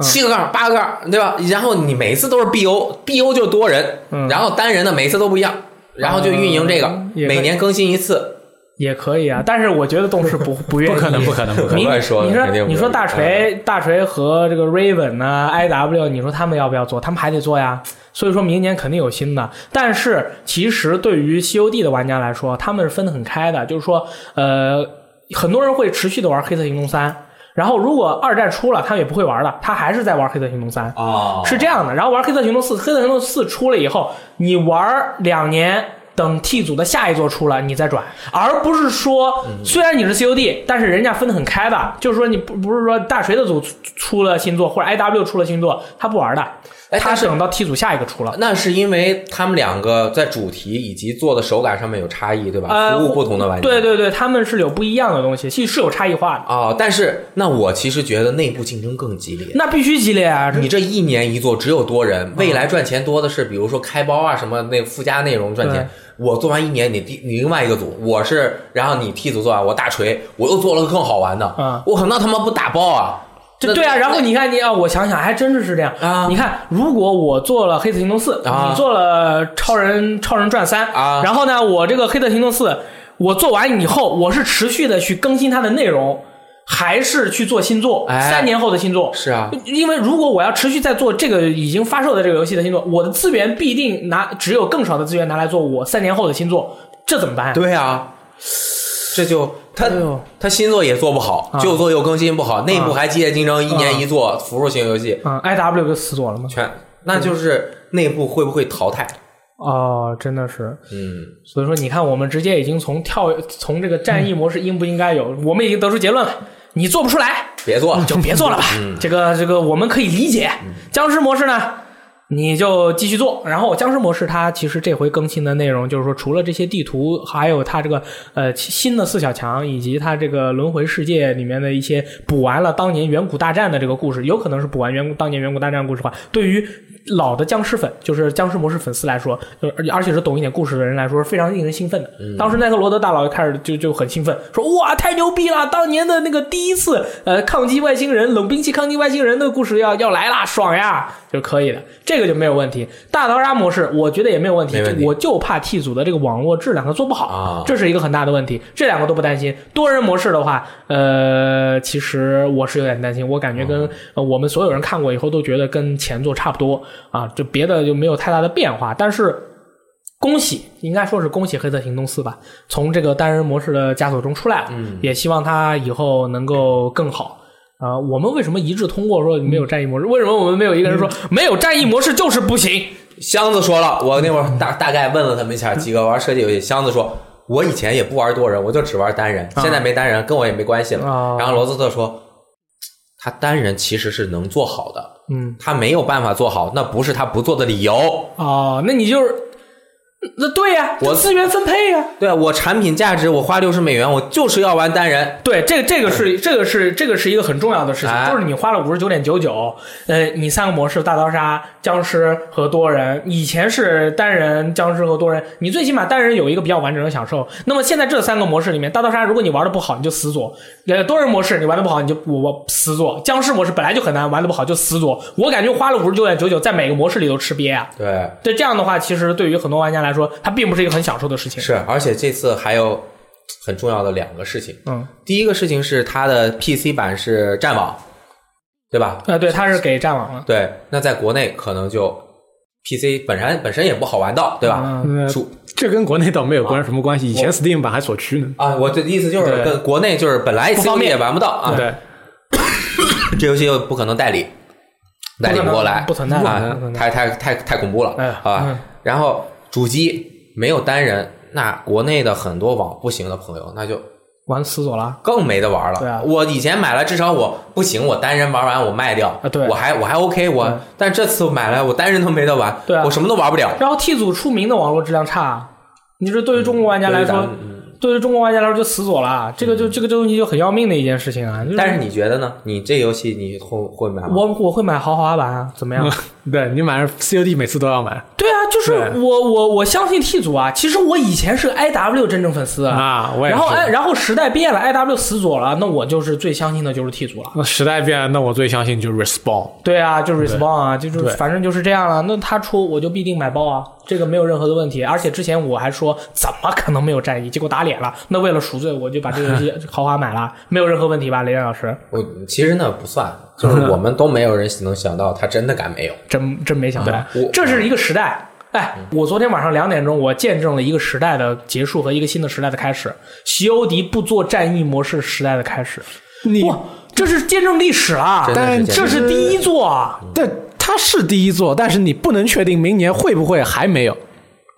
[SPEAKER 1] 七个杠，八个杠，对吧？然后你每次都是 BO，BO 就多人，
[SPEAKER 2] 嗯
[SPEAKER 1] 然后单人的每次都不一样，然后就运营这个，
[SPEAKER 2] 嗯也可以
[SPEAKER 1] 每年更新一次，
[SPEAKER 2] 也可以啊。但是我觉得动视不不愿意，
[SPEAKER 4] 不可能不可能不可
[SPEAKER 1] 能
[SPEAKER 2] 你
[SPEAKER 1] 乱说
[SPEAKER 2] 你
[SPEAKER 1] 的肯定
[SPEAKER 2] 说
[SPEAKER 1] 不
[SPEAKER 2] 你说
[SPEAKER 1] 可能嗯
[SPEAKER 2] 大锤大锤和这个 Raven 呐、IW，你说他们要不要做？他们还得做呀。所以说明年肯定有新的。但是其实对于 COD 的玩家来说，他们是分得很开的，就是说，呃，很多人会持续的玩《黑色行动三》。然后，如果二战出了，他们也不会玩了，他还是在玩《黑色行动三》
[SPEAKER 1] 哦
[SPEAKER 2] 是这样的，然后玩《黑色行动四》，《黑色行动四》出了以后，你玩两年，等 T 组的下一座出了，你再转，而不是说
[SPEAKER 1] 嗯
[SPEAKER 2] 虽然你是 COD，但是人家分得很开的，就是说你不不是说大锤的组出出了新作或者 IW 出了新作，他不玩的，
[SPEAKER 1] 哎
[SPEAKER 2] 他
[SPEAKER 1] 但是
[SPEAKER 2] 等到 T 组下一个出了。
[SPEAKER 1] 那是因为他们两个在主题以及做的手感上面有差异，对吧？
[SPEAKER 2] 呃
[SPEAKER 1] 服务不同的玩家。
[SPEAKER 2] 对对对，他们是有不一样的东西，其实是有差异化的，
[SPEAKER 1] 哦，但是那我其实觉得内部竞争更激烈。
[SPEAKER 2] 那必须激烈啊！这
[SPEAKER 1] 你这一年一做只有多人，
[SPEAKER 2] 嗯
[SPEAKER 1] 未来赚钱多的是，比如说开包啊什么那附加内容赚钱。我做完一年，你第你另外一个组，我是，然后你 T 组做完，啊我大锤，我又做了个更好玩的，
[SPEAKER 2] 嗯
[SPEAKER 1] 我可能他妈不打包啊。
[SPEAKER 2] 这
[SPEAKER 1] 那
[SPEAKER 2] 对啊，
[SPEAKER 1] 那
[SPEAKER 2] 然后你看你啊，我想想，还真是是这样
[SPEAKER 1] 啊
[SPEAKER 2] 你看，如果我做了《黑色行动四》，
[SPEAKER 1] 啊
[SPEAKER 2] 你做了《超人超人传三》
[SPEAKER 1] 啊
[SPEAKER 2] 然后呢，我这个《黑色行动四》，我做完以后，我是持续的去更新它的内容，还是去做新作？
[SPEAKER 1] 哎
[SPEAKER 2] 三年后的新作
[SPEAKER 1] 是啊，
[SPEAKER 2] 因为如果我要持续在做这个已经发售的这个游戏的新作，我的资源必定拿只有更少的资源拿来做我三年后的新作，这怎么办呀？
[SPEAKER 1] 对啊，这就他
[SPEAKER 2] 哎呦啊
[SPEAKER 1] 他新作也做不好，旧作又更新不好，内部还激烈竞争，一年一做辅助型游戏，
[SPEAKER 2] 嗯，I W 不就死左了吗？
[SPEAKER 1] 全那就是内部会不会淘汰？
[SPEAKER 2] 哦，真的是，
[SPEAKER 1] 嗯，
[SPEAKER 2] 所以说你看，我们直接已经从跳从这个战役模式应不应该有，我们已经得出结论了，你做不出来
[SPEAKER 1] 别做了，
[SPEAKER 2] 就别做了吧，这个这个我们可以理解。僵尸模式呢？你就继续做，然后僵尸模式它其实这回更新的内容就是说，除了这些地图，还有它这个呃新的四小强，以及它这个轮回世界里面的一些补完了当年远古大战的这个故事，有可能是补完远古当年远古大战故事的话，对于老的僵尸粉，就是僵尸模式粉丝来说，就是而且而且是懂一点故事的人来说，是非常令人兴奋的。当时奈特罗德大佬一开始就就很兴奋，说哇太牛逼了，当年的那个第一次呃抗击外星人冷兵器抗击外星人的故事要要来啦，爽呀！就可以的，这个就没有问题。大逃杀模式我觉得也没有问题，
[SPEAKER 1] 没问题
[SPEAKER 2] 我就怕 T 组的这个网络质量它做不好，
[SPEAKER 1] 啊
[SPEAKER 2] 这是一个很大的问题。这两个都不担心。多人模式的话，呃，其实我是有点担心，我感觉跟、
[SPEAKER 1] 嗯
[SPEAKER 2] 呃我们所有人看过以后都觉得跟前作差不多啊，就别的就没有太大的变化，但是。恭喜，应该说是恭喜《黑色行动四》吧，从这个单人模式的枷锁中出来了，
[SPEAKER 1] 嗯
[SPEAKER 2] 也希望它以后能够更好。啊、我们为什么一致通过说没有战役模式？为什么我们没有一个人说、
[SPEAKER 1] 嗯
[SPEAKER 2] 没有战役模式就是不行？
[SPEAKER 1] 箱子说了，我那会
[SPEAKER 2] 嗯
[SPEAKER 1] 儿大大概问了他们一下几个玩射击游戏，箱子说。我以前也不玩多人，我就只玩单人，现在没单人，跟我也没关系了。
[SPEAKER 2] 啊
[SPEAKER 1] 然后罗斯特说，他单人其实是能做好的，
[SPEAKER 2] 嗯，
[SPEAKER 1] 他没有办法做好，那不是他不做的理由。
[SPEAKER 2] 哦，那你就是，那对呀、
[SPEAKER 1] 我
[SPEAKER 2] 这资源分配呀、
[SPEAKER 1] 对啊，我产品价值我花六十美元，我就是要玩单人，
[SPEAKER 2] 对，这个这个是这个是这个是一个很重要的事情，
[SPEAKER 1] 哎
[SPEAKER 2] 就是你花了五十九点九九，呃，你三个模式大逃杀、僵尸和多人，以前是单人、僵尸和多人，你最起码单人有一个比较完整的享受。那么现在这三个模式里面，大逃杀如果你玩的不好，你就死左；呃，多人模式你玩的不好，你就我我死左；僵尸模式本来就很难，玩的不好就死左。我感觉花了五十九点九九在每个模式里都吃瘪啊。
[SPEAKER 1] 对，
[SPEAKER 2] 对，这样的话，其实对于很多玩家来说，它并不是一个很享受的事情。
[SPEAKER 1] 是，而且这次还有很重要的两个事情，
[SPEAKER 2] 嗯，
[SPEAKER 1] 第一个事情是它的 PC 版是战网，对吧？
[SPEAKER 2] 呃，对，它是给战网了。
[SPEAKER 1] 对，那在国内可能就 PC 本身本身也不好玩到，对吧？
[SPEAKER 2] 嗯
[SPEAKER 1] 主
[SPEAKER 4] 呃这跟国内倒没有关什么关系。以前 Steam 版还锁区呢。
[SPEAKER 1] 啊，我的意思就是
[SPEAKER 2] 对
[SPEAKER 1] 跟国内就是本来
[SPEAKER 2] 不方
[SPEAKER 1] COD
[SPEAKER 2] 便
[SPEAKER 1] 也玩不到啊，
[SPEAKER 4] 对，
[SPEAKER 1] 这游戏又不可能代理，代理
[SPEAKER 2] 不可能
[SPEAKER 1] 过来，
[SPEAKER 2] 不存在
[SPEAKER 1] 啊
[SPEAKER 2] 不存，在
[SPEAKER 1] 太太太太恐怖了，
[SPEAKER 2] 哎嗯
[SPEAKER 1] 好吧？然后主机没有单人，那国内的很多网不行的朋友，那就
[SPEAKER 2] 玩死左了。
[SPEAKER 1] 更没得玩了。
[SPEAKER 2] 对啊
[SPEAKER 1] 我以前买了，至少我不行，我单人玩完我卖掉，
[SPEAKER 2] 啊对
[SPEAKER 1] 我还我还 OK，我、
[SPEAKER 2] 嗯
[SPEAKER 1] 但这次买来我单人都没得玩，
[SPEAKER 2] 对啊
[SPEAKER 1] 我什么都玩不了。
[SPEAKER 2] 然后 T 组出名的网络质量差，你这对于中国玩家
[SPEAKER 1] 嗯
[SPEAKER 2] 来
[SPEAKER 1] 对于
[SPEAKER 2] 说嗯
[SPEAKER 1] 咱们，
[SPEAKER 2] 对于中国玩家来说就死左了。这个就这个东西就很要命的一件事情啊。就
[SPEAKER 1] 但是你觉得呢？你这游戏你会会买吗？
[SPEAKER 2] 我我会买豪华版啊，怎么样？
[SPEAKER 4] 对你买 COD 每次都要买
[SPEAKER 2] 对啊，就是我我我相信 T 组啊。其实我以前是 IW 真正粉丝。
[SPEAKER 4] 啊！我也
[SPEAKER 2] 然
[SPEAKER 4] 是。
[SPEAKER 2] 后哎，然后时代变了，IW 死左了，那我就是最相信的就是 T 组了。
[SPEAKER 4] 那时代变了，那我最相信就是 Respawn。
[SPEAKER 2] 对啊，就是 respawn 啊，就是
[SPEAKER 4] 对
[SPEAKER 2] 反正就是这样了。那他出我就必定买爆啊，这个没有任何的问题。而且之前我还说怎么可能没有战役，结果打脸了。那为了赎罪，我就把这个游戏豪华买了，没有任何问题吧？雷电老师，
[SPEAKER 1] 我其实那不算， 就是我们都没有人能想到他真的敢没有。
[SPEAKER 2] 真真没想到
[SPEAKER 1] 我，
[SPEAKER 2] 这是一个时代。哎，我昨天晚上两点钟，我见证了一个时代的结束和一个新的时代的开始。席欧迪不做战役模式时代的开始，
[SPEAKER 4] 你
[SPEAKER 2] 哇，这是见证历史了
[SPEAKER 1] 真，的
[SPEAKER 4] 但
[SPEAKER 1] 是
[SPEAKER 2] 这
[SPEAKER 1] 样
[SPEAKER 2] 是第一座啊。
[SPEAKER 4] 但它是第一座，但是你不能确定明年会不会还没有。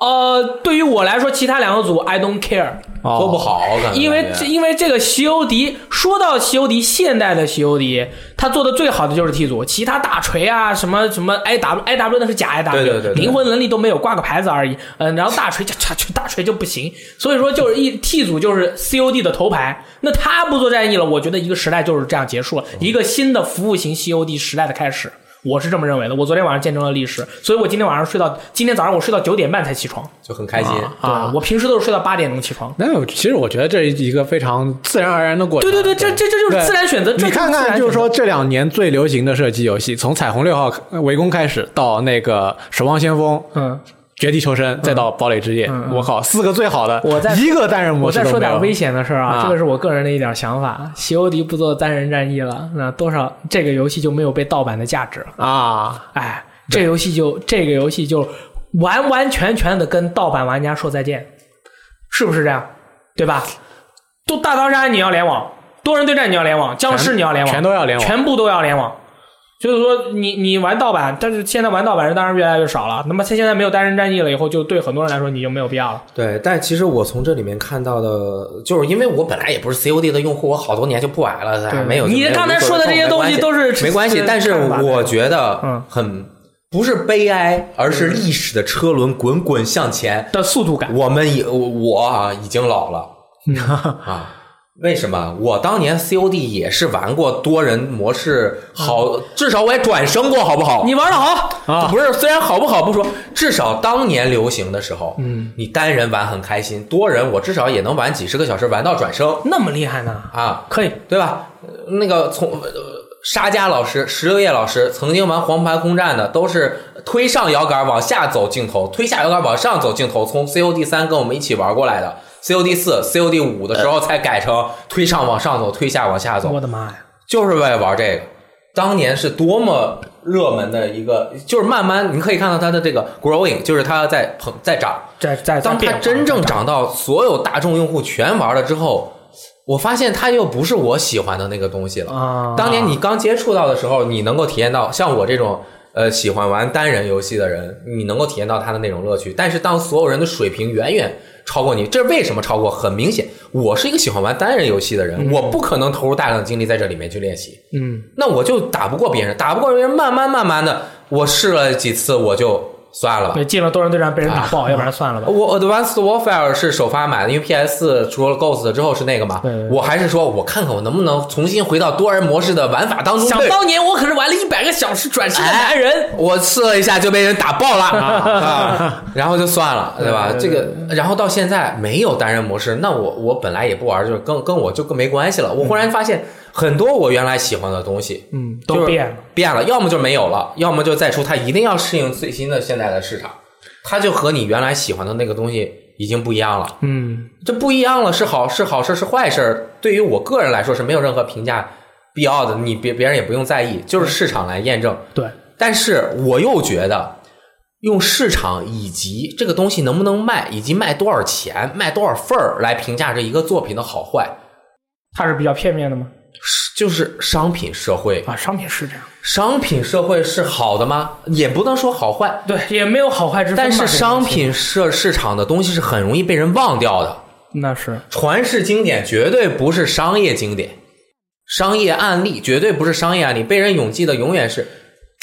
[SPEAKER 2] 呃，对于我来说，其他两个组 I don't care，
[SPEAKER 4] 哦
[SPEAKER 1] 做不好，我感觉
[SPEAKER 2] 哦因为这因为这个席欧迪，说到席欧迪，现代的席欧迪，他做的最好的就是 T 组，其他大锤啊，什么什么 I W I W 那是假 I W，
[SPEAKER 1] 对对对对
[SPEAKER 2] 灵魂能力都没有，挂个牌子而已。嗯、然后大锤就大锤大锤就不行，所以说就是一 T 组就是 C O D 的头牌。那他不做战役了，我觉得一个时代就是这样结束了，
[SPEAKER 1] 嗯
[SPEAKER 2] 一个新的服务型 C O D 时代的开始。我是这么认为的，我昨天晚上见证了历史，所以我今天晚上睡到今天早上我睡到九点半才起床。
[SPEAKER 1] 就很开心。啊
[SPEAKER 2] 对，我平时都是睡到八点钟起床。
[SPEAKER 4] 那我其实我觉得这是一个非常自然而然的过程。
[SPEAKER 2] 对对对，这这这就是
[SPEAKER 4] 对
[SPEAKER 2] 自然选择。这
[SPEAKER 4] 你
[SPEAKER 2] 是
[SPEAKER 4] 看
[SPEAKER 2] 自然
[SPEAKER 4] 看，
[SPEAKER 2] 选
[SPEAKER 4] 就是
[SPEAKER 2] 择
[SPEAKER 4] 说这两年最流行的射击游戏，从《彩虹六号》呃围攻开始，到那个《守望先锋》、《
[SPEAKER 2] 嗯，
[SPEAKER 4] 绝地求生》，再到《堡垒之夜》我靠，四个最好的，
[SPEAKER 2] 我再
[SPEAKER 4] 一个单人模
[SPEAKER 2] 我
[SPEAKER 4] 式
[SPEAKER 2] 再
[SPEAKER 4] 都
[SPEAKER 2] 说
[SPEAKER 4] 没
[SPEAKER 2] 点
[SPEAKER 4] 有。
[SPEAKER 2] 危险的事儿啊，
[SPEAKER 4] 啊
[SPEAKER 2] 这个是我个人的一点想法。席欧迪不做单人战役了，那多少这个游戏就没有被盗版的价值了。
[SPEAKER 4] 啊！
[SPEAKER 2] 哎，这游戏就这个游戏就完完全全的跟盗版玩家说再见，是不是这样？对吧？都大逃杀你要联网，多人对战你要联网，僵尸你要联网，
[SPEAKER 4] 全都要联网
[SPEAKER 2] 全部都要联网。就是说你，你玩盗版，但是现在玩盗版人当然越来越少了。那么他现在没有单人战役了，以后就对很多人来说你就没有必要了。
[SPEAKER 1] 对，但其实我从这里面看到的，就是因为我本来也不是 COD 的用户，我好多年就不玩了，哎
[SPEAKER 2] 对
[SPEAKER 1] 没有。没
[SPEAKER 2] 你
[SPEAKER 1] 有
[SPEAKER 2] 刚
[SPEAKER 1] 没
[SPEAKER 2] 才
[SPEAKER 1] 有
[SPEAKER 2] 说的这些
[SPEAKER 1] 没
[SPEAKER 2] 东
[SPEAKER 1] 关
[SPEAKER 2] 西
[SPEAKER 1] 系
[SPEAKER 2] 都是
[SPEAKER 1] 没关系
[SPEAKER 2] 是，
[SPEAKER 1] 但是
[SPEAKER 2] 看法
[SPEAKER 1] 我觉
[SPEAKER 2] 嗯
[SPEAKER 1] 得很不是悲哀，而是历史的车轮滚滚向前。
[SPEAKER 2] 的速度感，
[SPEAKER 1] 我们已我啊已经老 了啊。为什么我当年 COD 也是玩过多人模式，
[SPEAKER 2] 嗯
[SPEAKER 1] 好，至少我也转生过，好不好？
[SPEAKER 2] 你玩的好，
[SPEAKER 1] 不是，虽然好不好不说，至少当年流行的时候，嗯，你单人玩很开心，多人我至少也能玩几十个小时，玩到转生
[SPEAKER 2] 那么厉害呢？
[SPEAKER 1] 啊，
[SPEAKER 2] 可以，
[SPEAKER 1] 对吧？呃那个从呃沙加老师、石榴叶老师曾经玩黄牌空战的，都是推上摇杆往下走镜头，推下摇杆往上走镜头，从 COD 三跟我们一起玩过来的。COD 四、COD 五的时候才改成推上往上走，推下往下走
[SPEAKER 2] 我。的妈呀！
[SPEAKER 1] 就是为了玩这个。当年是多么热门的一个，就是慢慢你可以看到它的这个 growing，就是它在膨在涨。
[SPEAKER 2] 在在
[SPEAKER 1] 当它真正涨到所有大众用户全玩了之后，我发现它又不是我喜欢的那个东西了。
[SPEAKER 2] 啊，
[SPEAKER 1] 当年你刚接触到的时候，你能够体验到像我这种呃喜欢玩单人游戏的人，你能够体验到他的那种乐趣。但是当所有人的水平远远超过你，这为什么超过？很明显，我是一个喜欢玩单人游戏的人，我不可能投入大量的精力在这里面去练习。
[SPEAKER 2] 嗯，
[SPEAKER 1] 那我就打不过别人，打不过别人，慢慢慢慢的，我试了几次，我就算了吧。
[SPEAKER 2] 对，进了多人对战被人打爆，
[SPEAKER 4] 啊
[SPEAKER 2] 要不然算了吧。
[SPEAKER 1] 我 Advanced Warfare 是首发买的，因为 PS 除了 Ghost 之后是那个嘛
[SPEAKER 2] 对对，对
[SPEAKER 1] 我还是说我看看我能不能重新回到多人模式的玩法当中。
[SPEAKER 2] 想
[SPEAKER 1] 对哎
[SPEAKER 2] 当年我可是玩了一百个小时转身的男人，
[SPEAKER 1] 我试了一下就被人打 爆了，啊，然后就算了，对吧？这个，然后到现在没有单人模式，那我我本来也不玩，就是跟跟我就更没关系了。我忽然发现很多我原来喜欢的东西，
[SPEAKER 2] 嗯，
[SPEAKER 1] 就是
[SPEAKER 2] 都变了。
[SPEAKER 1] 变了，要么就没有了，要么就再出，它一定要适应最新的现在的市场，它就和你原来喜欢的那个东西已经不一样了。
[SPEAKER 2] 嗯，
[SPEAKER 1] 这不一样了，是好是好事是坏事儿，对于我个人来说是没有任何评价必要的，你别别人也不用在意，就是市场来验证。
[SPEAKER 2] 对，
[SPEAKER 1] 但是我又觉得，用市场以及这个东西能不能卖，以及卖多少钱、卖多少份儿来评价这一个作品的好坏，
[SPEAKER 2] 它是比较片面的吗？
[SPEAKER 1] 是就是商品社会。
[SPEAKER 2] 啊，商品是这样，
[SPEAKER 1] 商品社会是好的吗？也不能说好坏，
[SPEAKER 2] 对，也没有好坏之分嘛。
[SPEAKER 1] 但
[SPEAKER 2] 这
[SPEAKER 1] 是
[SPEAKER 2] 个东西
[SPEAKER 1] 商品社市场的东西是很容易被人忘掉的。
[SPEAKER 2] 那是
[SPEAKER 1] 传世经典绝对不是商业经典，商业案例绝对不是商业案例，被人永记的永远是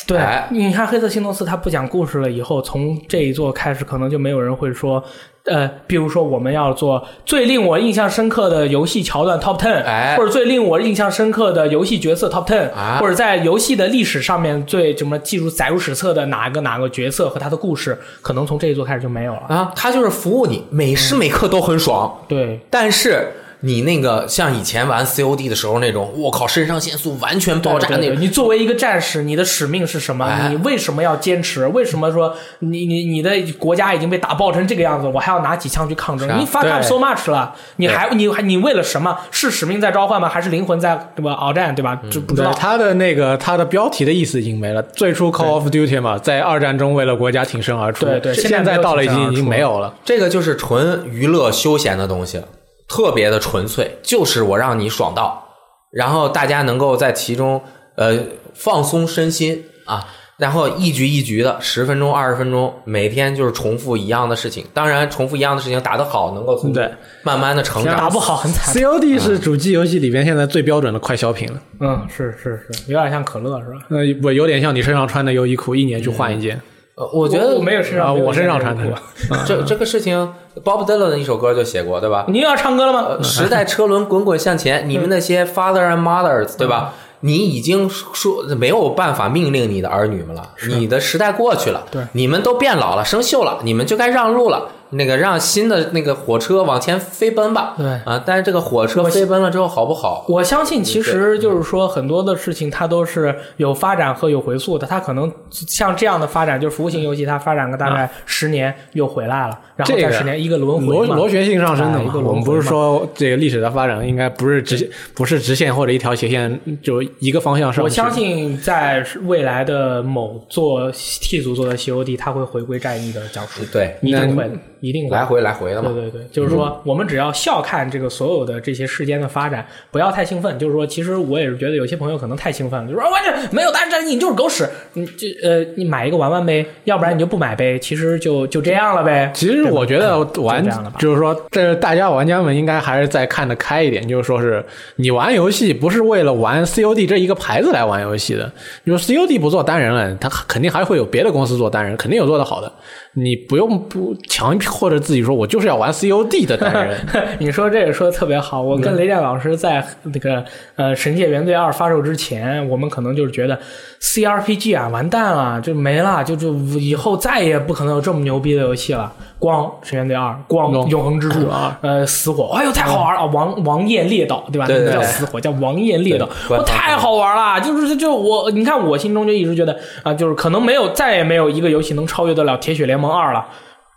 [SPEAKER 2] 对
[SPEAKER 1] 哎，
[SPEAKER 2] 你看《黑色星期四》，它不讲故事了，以后从这一座开始，可能就没有人会说，呃，比如说我们要做最令我印象深刻的游戏桥段 Top Ten，
[SPEAKER 1] 哎
[SPEAKER 2] 或者最令我印象深刻的游戏角色 Top Ten，、
[SPEAKER 1] 啊
[SPEAKER 2] 或者在游戏的历史上面最什么记住载入史册的哪个哪个角色和他的故事，可能从这一座开始就没有了。
[SPEAKER 1] 啊，它就是服务你，每时每刻都很爽。
[SPEAKER 2] 对，
[SPEAKER 1] 但是你那个像以前玩 COD 的时候那种，我靠，肾上腺素完全爆炸
[SPEAKER 2] 对
[SPEAKER 1] 那
[SPEAKER 2] 对
[SPEAKER 1] 种
[SPEAKER 2] 对，你作为一个战士，你的使命是什么？
[SPEAKER 1] 哎
[SPEAKER 2] 你为什么要坚持？为什么说你你你的国家已经被打爆成这个样子，我还要拿起枪去抗争
[SPEAKER 1] 是？啊
[SPEAKER 2] 你 fuck up
[SPEAKER 4] 对
[SPEAKER 2] so much 了，你还你还你为了什么？是使命在召唤吗？还是灵魂在对吧鏖嗯战对吧？这不知
[SPEAKER 4] 对
[SPEAKER 2] 道。
[SPEAKER 4] 它的那个它的标题的意思已经没了。最初 Call of Duty 嘛，在二战中为了国家挺身而出，
[SPEAKER 2] 对对现在
[SPEAKER 4] 现
[SPEAKER 2] 没有
[SPEAKER 4] 到了已
[SPEAKER 2] 挺身而
[SPEAKER 4] 经已经
[SPEAKER 2] 出
[SPEAKER 4] 没有了。
[SPEAKER 1] 这个就是纯娱乐休闲的东西，特别的纯粹，就是我让你爽到，然后大家能够在其中呃放松身心啊。然后一局一局的，十分钟、二十分钟，每天就是重复一样的事情。当然，重复一样的事情打得好，能够从
[SPEAKER 4] 对
[SPEAKER 1] 慢慢的成长。
[SPEAKER 2] 打不好很惨，
[SPEAKER 4] COD 是主机游戏里边现在最标准的快消品了，
[SPEAKER 2] 嗯，是是是，有点像可乐是吧？
[SPEAKER 4] 呃，我有点像你身上穿的优衣库，一年去换一件。
[SPEAKER 1] 呃，我觉得
[SPEAKER 2] 我没有身嗯上
[SPEAKER 4] 啊
[SPEAKER 2] 没有
[SPEAKER 4] 我身上
[SPEAKER 2] 这个
[SPEAKER 4] 穿的
[SPEAKER 2] 过
[SPEAKER 1] 这这个事情，Bob Dylan 的一首歌就写过，对吧？
[SPEAKER 2] 你又要唱歌了吗？
[SPEAKER 1] 呃时代车轮滚滚向 前，你们那
[SPEAKER 2] 嗯
[SPEAKER 1] 些 father and mothers，对吧？你已经说没有办法命令你的儿女们了，你的时代过去了，对，你们都变老了，生锈了，你们就该让路了，那个让新的那个火车往前飞奔吧，
[SPEAKER 2] 对
[SPEAKER 1] 啊，但是这个火车飞奔了之后好不好？
[SPEAKER 2] 我相信，其
[SPEAKER 4] 嗯
[SPEAKER 2] 实就是说，很多的事情它都是有发展和有回溯的。它可能像这样的发展，就是服务型游戏，它发展个大概十年又回来了，然后
[SPEAKER 4] 啊这
[SPEAKER 2] 再
[SPEAKER 4] 个
[SPEAKER 2] 十年一个轮
[SPEAKER 4] 螺
[SPEAKER 2] 回嘛。
[SPEAKER 4] 螺旋性上升的
[SPEAKER 2] 哎一
[SPEAKER 4] 嘛
[SPEAKER 2] 个，轮
[SPEAKER 4] 我们
[SPEAKER 2] 回
[SPEAKER 4] 不是
[SPEAKER 2] 嘛
[SPEAKER 4] 说这个历史的发展应该不是直不是直线或者一条斜线，就一个方向上去。
[SPEAKER 2] 我相信，在未来的某座 T 组做的 COD，它会回归战役的讲述。
[SPEAKER 1] 对，
[SPEAKER 2] 一定
[SPEAKER 4] 那
[SPEAKER 2] 会的。一定
[SPEAKER 1] 来回来回的嘛嗯
[SPEAKER 2] 对。对对，就是说，我们只要笑看这个所有的这些世间的发展，不要太兴奋。就是说，其实我也是觉得有些朋友可能太兴奋了，就说啊我这没有大战役，你就是狗屎，你这呃，你买一个玩玩呗，要不然你就不买呗，其实就就这样了呗。
[SPEAKER 4] 其实我觉得玩
[SPEAKER 2] 就这样了吧
[SPEAKER 4] 就是说，这大家玩家们应该还是再看得开一点，就是说是你玩游戏不是为了玩 COD 这一个牌子来玩游戏的。你说 COD 不做单人了，他肯定还会有别的公司做单人，肯定有做的好的。你不用不强迫着自己说，我就是要玩 COD 的单人。
[SPEAKER 2] 你说这个说的特别好，我跟雷电老师在那个呃《神界原罪二》发售之前，我们可能就是觉得 CRPG 啊完蛋了，就没了，就就以后再也不可能有这么牛逼的游戏了。光《神原罪二》，光《永恒之柱》啊，呃，死火，哎呦太好玩了！王王夜列岛，对吧？
[SPEAKER 1] 对对
[SPEAKER 2] 那不叫
[SPEAKER 1] 对
[SPEAKER 2] 死火，叫王夜列岛，
[SPEAKER 1] 对
[SPEAKER 2] 我
[SPEAKER 1] 官方
[SPEAKER 2] 太好玩了！就是就我，你看我心中就一直觉得啊、就是可能没有再也没有一个游戏能超越得了《铁血联盟二》了，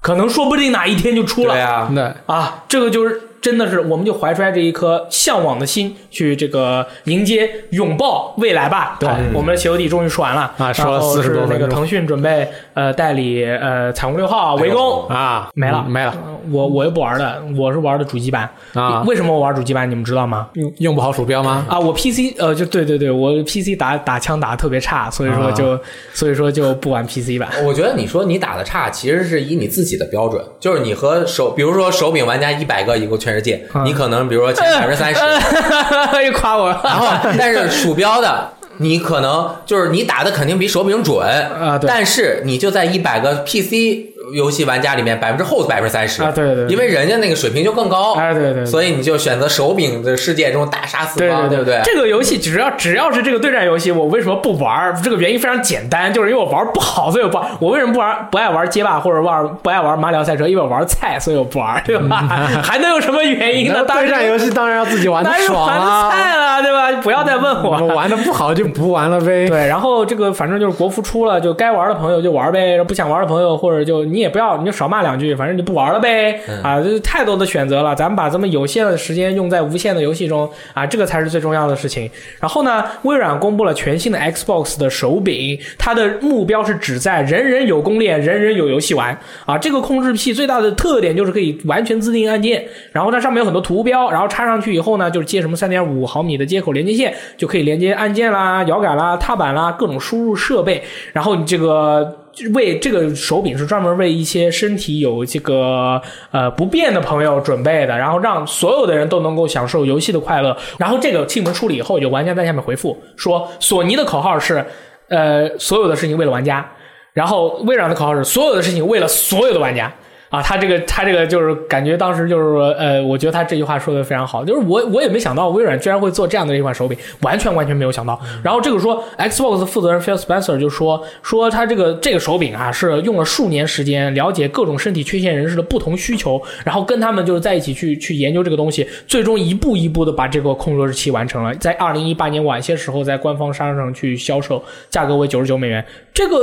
[SPEAKER 2] 可能说不定哪一天就出了。
[SPEAKER 1] 对呀，
[SPEAKER 4] 那
[SPEAKER 2] 啊，这个就是真的是，我们就怀揣着一颗向往的心去这个迎接、拥抱未来吧。对，我们的《西游记》终于说完了
[SPEAKER 4] 啊说了
[SPEAKER 2] 然后
[SPEAKER 4] 40
[SPEAKER 2] 是
[SPEAKER 4] 多分
[SPEAKER 2] 那个
[SPEAKER 4] 钟
[SPEAKER 2] 腾讯准备呃代理呃《彩虹六号》
[SPEAKER 1] 哎
[SPEAKER 2] 围攻。
[SPEAKER 4] 啊，
[SPEAKER 2] 没了呃
[SPEAKER 4] 没了，
[SPEAKER 2] 我我又不玩了，我是玩的主机版
[SPEAKER 4] 啊
[SPEAKER 2] 为什么我玩主机版？你们知道吗？
[SPEAKER 4] 用用不好鼠标吗？
[SPEAKER 2] 啊，我 PC 呃，就对对对，我 PC 打打枪打的特别差，所以
[SPEAKER 4] 啊
[SPEAKER 2] 说就、所以说就不玩 PC 版。
[SPEAKER 1] 我觉得你说你打的差，其实是以你自己的标准，就是你和手，比如说手柄玩家一百个一个全世界，
[SPEAKER 2] 嗯
[SPEAKER 1] 你可能比如说 前百分之三十，
[SPEAKER 2] 又夸我了。
[SPEAKER 1] 然 后但是鼠标的。你可能就是你打的肯定比手柄准啊
[SPEAKER 2] 对
[SPEAKER 1] 但是你就在一百个 PC 游戏玩家里面百分之后百分之三十
[SPEAKER 2] 啊对对对
[SPEAKER 1] 因为人家那个水平就更高，
[SPEAKER 2] 哎对对对
[SPEAKER 1] 所以你就选择手柄的世界中大杀四
[SPEAKER 2] 对
[SPEAKER 1] 方，
[SPEAKER 2] 对
[SPEAKER 1] 不对？
[SPEAKER 2] 这个游戏只要只要是这个对战游戏，我为什么不玩儿？这个原因非常简单，就是因为我玩不好，所以我不玩。我为什么不玩？不爱玩街霸，或者玩不爱玩马里奥赛车？因为我玩菜，所以我不玩，对吧？还能有什么原因呢？当
[SPEAKER 4] 对战
[SPEAKER 2] 然
[SPEAKER 4] 游戏当然要自己玩的
[SPEAKER 2] 当然是
[SPEAKER 4] 爽
[SPEAKER 2] 玩
[SPEAKER 4] 啊啦、
[SPEAKER 2] 菜了，对吧？不要再问
[SPEAKER 4] 我
[SPEAKER 2] 我。
[SPEAKER 4] 们玩的不好就不玩了呗。
[SPEAKER 2] 对，然后这个反正就是国服出了，就该玩的朋友就玩呗，不想玩的朋友或者就你也不要，你就少骂两句，反正你就不玩了呗。啊，就是太多的选择了，咱们把咱们有限的时间用在无限的游戏中啊，这个才是最重要的事情。然后呢，微软公布了全新的 Xbox 的手柄，它的目标是旨在人人有攻略，人人有游戏玩啊。这个控制器最大的特点就是可以完全自定义按键，然后它上面有很多图标，然后插上去以后呢，就是接什么三点五毫米的接口连接线，就可以连接按键啦、摇杆啦、踏板啦各种输入设备。然后你这个为这个手柄是专门为一些身体有这个呃不便的朋友准备的，然后让所有的人都能够享受游戏的快乐。然后这个气门出了以后，有玩家在下面回复说，索尼的口号是呃所有的事情为了玩家，然后微软的口号是所有的事情为了所有的玩家。啊，他这个他这个就是感觉当时就是说，呃，我觉得他这句话说的非常好，就是我我也没想到微软居然会做这样的一款手柄，完全完全没有想到。然后这个说 Xbox 的负责人 Phil Spencer 就说说他这个这个手柄啊是用了数年时间了解各种身体缺陷人士的不同需求，然后跟他们就是在一起去去研究这个东西，最终一步一步的把这个控制器完成了，在二零一八年晚些时候在官方商场去销售，价格为九十九美元，这个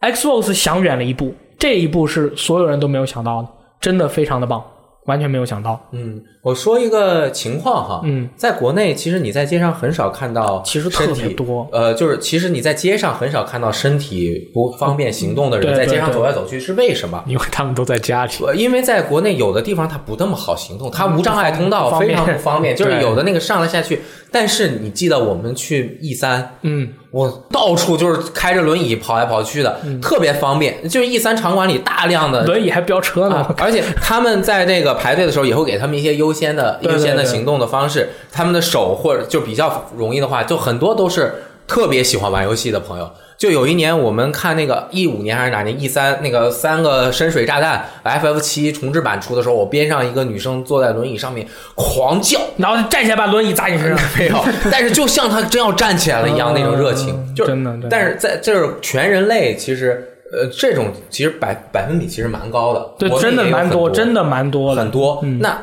[SPEAKER 2] Xbox 想远了一步，这一步是所有人都没有想到的，真的非常的棒，完全没有想到。
[SPEAKER 1] 嗯，我说一个情况哈，
[SPEAKER 2] 嗯，
[SPEAKER 1] 在国内其实你在街上很少看到，
[SPEAKER 2] 其实特别多
[SPEAKER 1] 呃，就是其实你在街上很少看到身体不方便行动的
[SPEAKER 2] 对
[SPEAKER 1] 人
[SPEAKER 2] 对
[SPEAKER 1] 在街上
[SPEAKER 2] 对
[SPEAKER 1] 走来走去，是为什么？
[SPEAKER 4] 因为他们都在家里。
[SPEAKER 1] 呃因为在国内有的地方它不那么好行动，它无障碍通
[SPEAKER 2] 不
[SPEAKER 1] 道
[SPEAKER 2] 方
[SPEAKER 1] 非
[SPEAKER 2] 便
[SPEAKER 1] 常不方便，就是
[SPEAKER 4] 对
[SPEAKER 1] 有的那个上来下去。但是你记得我们去 E 三，
[SPEAKER 2] 嗯，
[SPEAKER 1] 我到处就是开着轮椅跑来跑去的，特别方便。就是 E 三场馆里大量的
[SPEAKER 2] 轮椅还飙车呢
[SPEAKER 1] 啊，而且他们在那个排队的时候，也会给他们一些优先的、
[SPEAKER 2] 对对
[SPEAKER 1] 优先的
[SPEAKER 2] 对
[SPEAKER 1] 行动的方式。他们的手或者就比较容易的话，就很多都是特别喜欢玩游戏的朋友。就有一年我们看那个一五年还是哪年 E 三那个三个深水炸弹 FF 七重置版出的时候，我边上一个女生坐在轮椅上面狂 叫，
[SPEAKER 2] 然后站起来把轮椅砸你身上，
[SPEAKER 1] 没有，但是就像他真要站起来了一样那种热情，
[SPEAKER 2] 哦嗯
[SPEAKER 1] 就是
[SPEAKER 2] 真的真的
[SPEAKER 1] 但是在就是全人类其实呃这种其实百百分比其实蛮高的，
[SPEAKER 2] 对，
[SPEAKER 1] 国内
[SPEAKER 2] 真的
[SPEAKER 1] 也有
[SPEAKER 2] 蛮
[SPEAKER 1] 很
[SPEAKER 2] 多，
[SPEAKER 1] 多
[SPEAKER 2] 真的蛮多的
[SPEAKER 1] 很。多。
[SPEAKER 2] 嗯
[SPEAKER 1] 那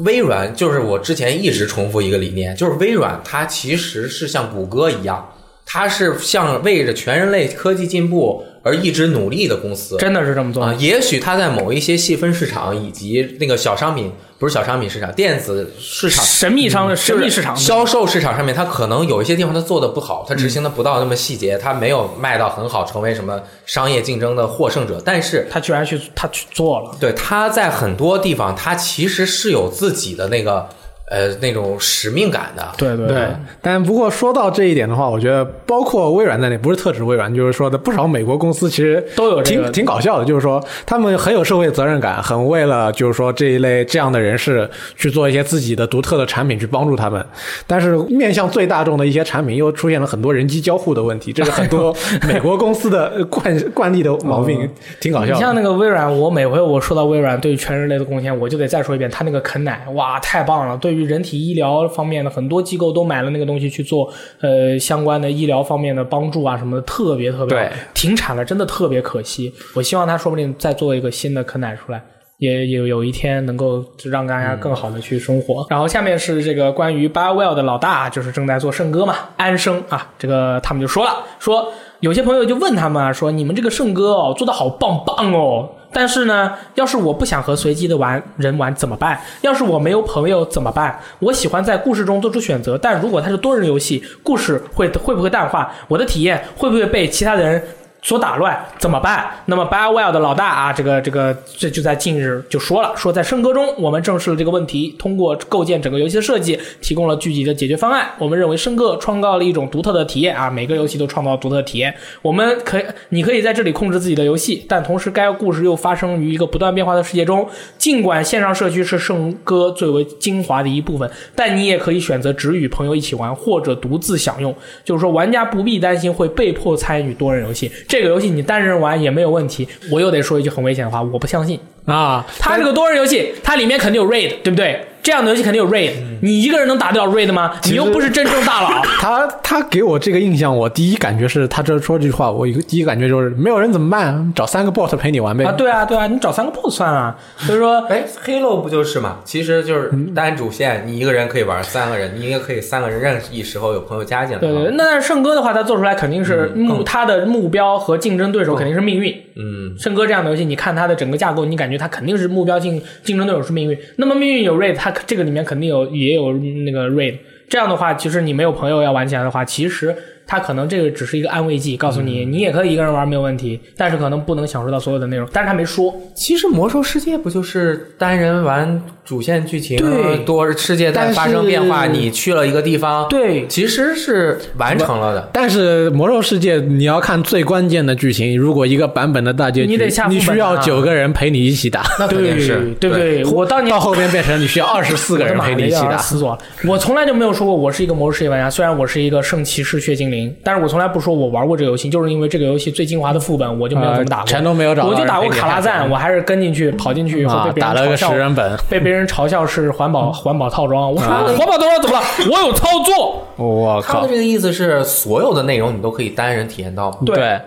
[SPEAKER 1] 微软就是我之前一直重复一个理念，就是微软它其实是像谷歌一样，它是向为着全人类科技进步而一直努力的公司。
[SPEAKER 2] 真的是这么做
[SPEAKER 1] 啊，。也许它在某一些细分市场以及那个小商品，不是小商品市场，电子市场嗯
[SPEAKER 2] 神秘商、神秘市场，
[SPEAKER 1] 销售市场上面，它可能有一些地方它做的不好，它执行的不到那么细节，它没有卖到很好，成为什么商业竞争的获胜者。但是，
[SPEAKER 2] 他居然去他去做了。
[SPEAKER 1] 对它在很多地方，它其实是有自己的那个呃那种使命感的。
[SPEAKER 2] 对对
[SPEAKER 4] 对，但不过说到这一点的话，我觉得包括微软在内，不是特指微软，就是说的不少美国公司其实
[SPEAKER 2] 都有这
[SPEAKER 4] 挺
[SPEAKER 2] 个
[SPEAKER 4] 挺搞笑的，就是说他们很有社会责任感，很为了就是说这一类这样的人士去做一些自己的独特的产品去帮助他们，但是面向最大众的一些产品又出现了很多人机交互的问题，这是很多美国公司的惯惯例的毛病，挺搞
[SPEAKER 2] 你
[SPEAKER 4] 笑
[SPEAKER 2] 嗯像
[SPEAKER 4] 的。
[SPEAKER 2] 那个微软，我每回我说到微软对于全人类的贡献，我就得再说一遍，它那个啃奶，哇，太棒了！对于人体医疗方面的，很多机构都买了那个东西去做呃相关的医疗方面的帮助啊什么的，特别特别好
[SPEAKER 4] 对
[SPEAKER 2] 停产了，真的特别可惜。我希望它说不定再做一个新的啃奶出来。也有有一天能够让大家更好的去生活。然后下面是这个关于 Barwell 的老大，就是正在做圣歌嘛，安生啊，这个他们就说了，说有些朋友就问他们啊，说你们这个圣歌哦做的好棒棒哦，但是呢，要是我不想和随机的玩人玩怎么办？要是我没有朋友怎么办？我喜欢在故事中做出选择，但如果它是多人游戏，故事会会不会淡化？我的体验会不会被其他的人所打乱怎么办？那么 BioWare 的老大啊，这个这个这就在近日就说了，说在圣歌中我们正视了这个问题，通过构建整个游戏的设计，提供了具体的解决方案。我们认为圣歌创造了一种独特的体验啊，每个游戏都创造独特的体验。我们可以，你可以在这里控制自己的游戏，但同时该故事又发生于一个不断变化的世界中。尽管线上社区是圣歌最为精华的一部分，但你也可以选择只与朋友一起玩或者独自享用。就是说，玩家不必担心会被迫参与多人游戏，这个游戏你单人玩也没有问题。我又得说一句很危险的话，我不相信。
[SPEAKER 4] 啊，
[SPEAKER 2] 它这个多人游戏，它里面肯定有 raid，对不对？这样的游戏肯定有 raid，你一个人能打得了 raid 吗？你又不是真正大 佬。
[SPEAKER 4] 他他给我这个印象，我第一感觉是他这说这句话，我一个第一感觉就是没有人怎么办？找三个 bot 陪你玩呗。
[SPEAKER 2] 啊，对啊，对啊，你找三个 boss 算了。所以说，
[SPEAKER 1] 哎，Halo 不就是嘛？其实就是单主线，你一个人可以玩三个人，你也可以三个人认识，一时候有朋友加进来。啊
[SPEAKER 2] 对对，那但是圣哥的话，他做出来肯定是目、
[SPEAKER 1] 更
[SPEAKER 2] 他的目标和竞争对手肯定是命运。
[SPEAKER 1] 嗯，
[SPEAKER 2] 圣哥这样的游戏，你看它的整个架构，你感觉它肯定是目标性竞争对手是命运。那么命运有 raid，它这个里面肯定有也有那个 raid。这样的话，其实你没有朋友要玩起来的话，其实它可能这个只是一个安慰剂，告诉你、你也可以一个人玩没有问题，但是可能不能享受到所有的内容。但是他没说，
[SPEAKER 1] 其实魔兽世界不就是单人玩主线剧情，
[SPEAKER 2] 对
[SPEAKER 1] 多世界在
[SPEAKER 4] 但是
[SPEAKER 1] 发生变化，你去了一个地方，
[SPEAKER 2] 对
[SPEAKER 1] 其实是完成了的。
[SPEAKER 4] 但是魔兽世界，你要看最关键的剧情。如果一个版本的大结局，
[SPEAKER 2] 你
[SPEAKER 4] 你
[SPEAKER 2] 得下副本啊
[SPEAKER 4] 需要九个人陪你一起打，
[SPEAKER 1] 那肯定是
[SPEAKER 2] 对不对？我当年
[SPEAKER 4] 到后边变成你需要二十四个人陪你一起
[SPEAKER 2] 我的妈呀
[SPEAKER 4] 打。
[SPEAKER 2] 死我了！我从来就没有说过我是一个魔兽世界玩家，虽然我是一个圣骑士血精灵，但是我从来不说我玩过这个游戏，就是因为这个游戏最精华的副本我就没有怎么打过，
[SPEAKER 4] 呃全都没有找到
[SPEAKER 2] 我就打过
[SPEAKER 4] 人陪你
[SPEAKER 2] 卡拉赞，我还是跟进去跑进去以后
[SPEAKER 4] 啊
[SPEAKER 2] 被，别人
[SPEAKER 4] 打了
[SPEAKER 2] 嘲
[SPEAKER 4] 个
[SPEAKER 2] 笑
[SPEAKER 4] 十。人嗯啊本，
[SPEAKER 2] 被别人嘲笑是环保环保套装，我说环保套装怎么了？我有操作，
[SPEAKER 4] 我
[SPEAKER 1] 他
[SPEAKER 4] 靠
[SPEAKER 1] 的！这个意思是，所有的内容你都可以单人体验到吗？
[SPEAKER 2] 对
[SPEAKER 4] 对，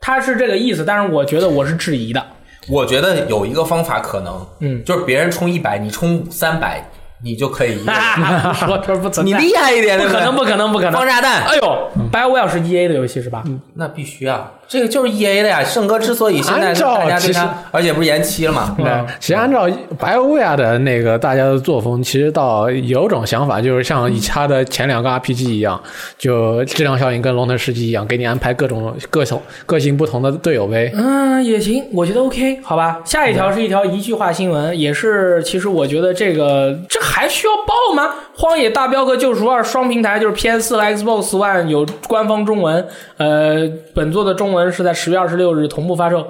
[SPEAKER 2] 他是这个意思，但是我觉得我是质疑的。
[SPEAKER 1] 我觉得有一个方法可能，
[SPEAKER 2] 嗯
[SPEAKER 1] 就是别人冲一百，你冲三百，你就可以一个人。
[SPEAKER 2] 哈哈我说不存在，
[SPEAKER 1] 你厉害一点，
[SPEAKER 2] 不
[SPEAKER 1] 对
[SPEAKER 2] 可
[SPEAKER 1] 对
[SPEAKER 2] 能，不可能，不可能！
[SPEAKER 1] 放炸弹
[SPEAKER 2] 哎呦，BioWare 是 EA 的游戏是吧？
[SPEAKER 1] 那必须啊，这个就是 E A 的呀。圣哥之所以现在
[SPEAKER 4] 按照
[SPEAKER 1] 大家对
[SPEAKER 4] 其实
[SPEAKER 1] 他，而且不是延期了嘛，
[SPEAKER 2] 嗯
[SPEAKER 4] 其实按照 BioWare 啊的那个大家的作风，其实倒有种想法，就是像以他的前两个 RPG 一样，就质量效应跟龙腾世纪一样，给你安排各种各种个性不同的队友呗。
[SPEAKER 2] 嗯，也行，我觉得 OK，好吧。下一条是一条一句话新闻，也是，其实我觉得这个这还需要报吗？《荒野大镖客：救赎二》双平台就是 PS 和 Xbox One 有官方中文，呃，本作的中文是在十月二十六日同步发售。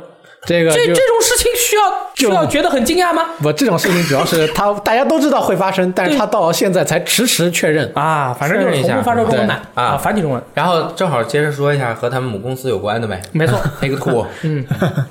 [SPEAKER 4] 这个
[SPEAKER 2] 这这
[SPEAKER 4] 就
[SPEAKER 2] 种事情需要需
[SPEAKER 4] 就
[SPEAKER 2] 要觉得很惊讶吗？
[SPEAKER 4] 我这种事情主要是他大家都知道会发生，但是他到现在才迟迟确认。
[SPEAKER 2] 啊，反正就是
[SPEAKER 1] 确认一
[SPEAKER 2] 同
[SPEAKER 1] 下
[SPEAKER 2] 步发售中文
[SPEAKER 1] 对
[SPEAKER 2] 版
[SPEAKER 1] 啊
[SPEAKER 2] 繁体中文，
[SPEAKER 1] 然后正好接着说一下和他们母公司有关的呗。
[SPEAKER 2] 没错。
[SPEAKER 1] Take Two，
[SPEAKER 2] 嗯，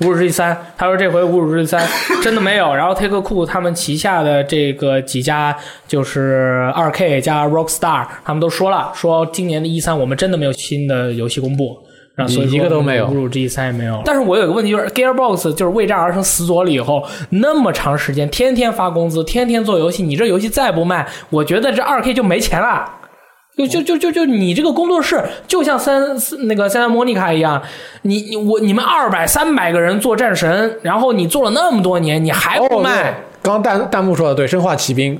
[SPEAKER 2] 侮辱之地三，他说这回侮辱之地三真的没有。然后 Take Two 他们旗下的这个几家就是二 K 加 Rockstar，他们都说了，说今年的一三我们真的没有新的游戏公布。然后所以说
[SPEAKER 4] 一个都没有
[SPEAKER 2] 侮辱之地三也没有。但是我有个问题就是，Gearbox 就是为战而生死左了以后，那么长时间，天天发工资，天天做游戏，你这游戏再不卖，我觉得这二 K 就没钱了。就就就就就你这个工作室就像三四那个三三莫妮卡一样，你你我你们二百三百个人做战神，然后你做了那么多年，你还不
[SPEAKER 4] 哦，对
[SPEAKER 2] 卖，
[SPEAKER 4] 刚弹弹幕说的对，《生化奇兵》，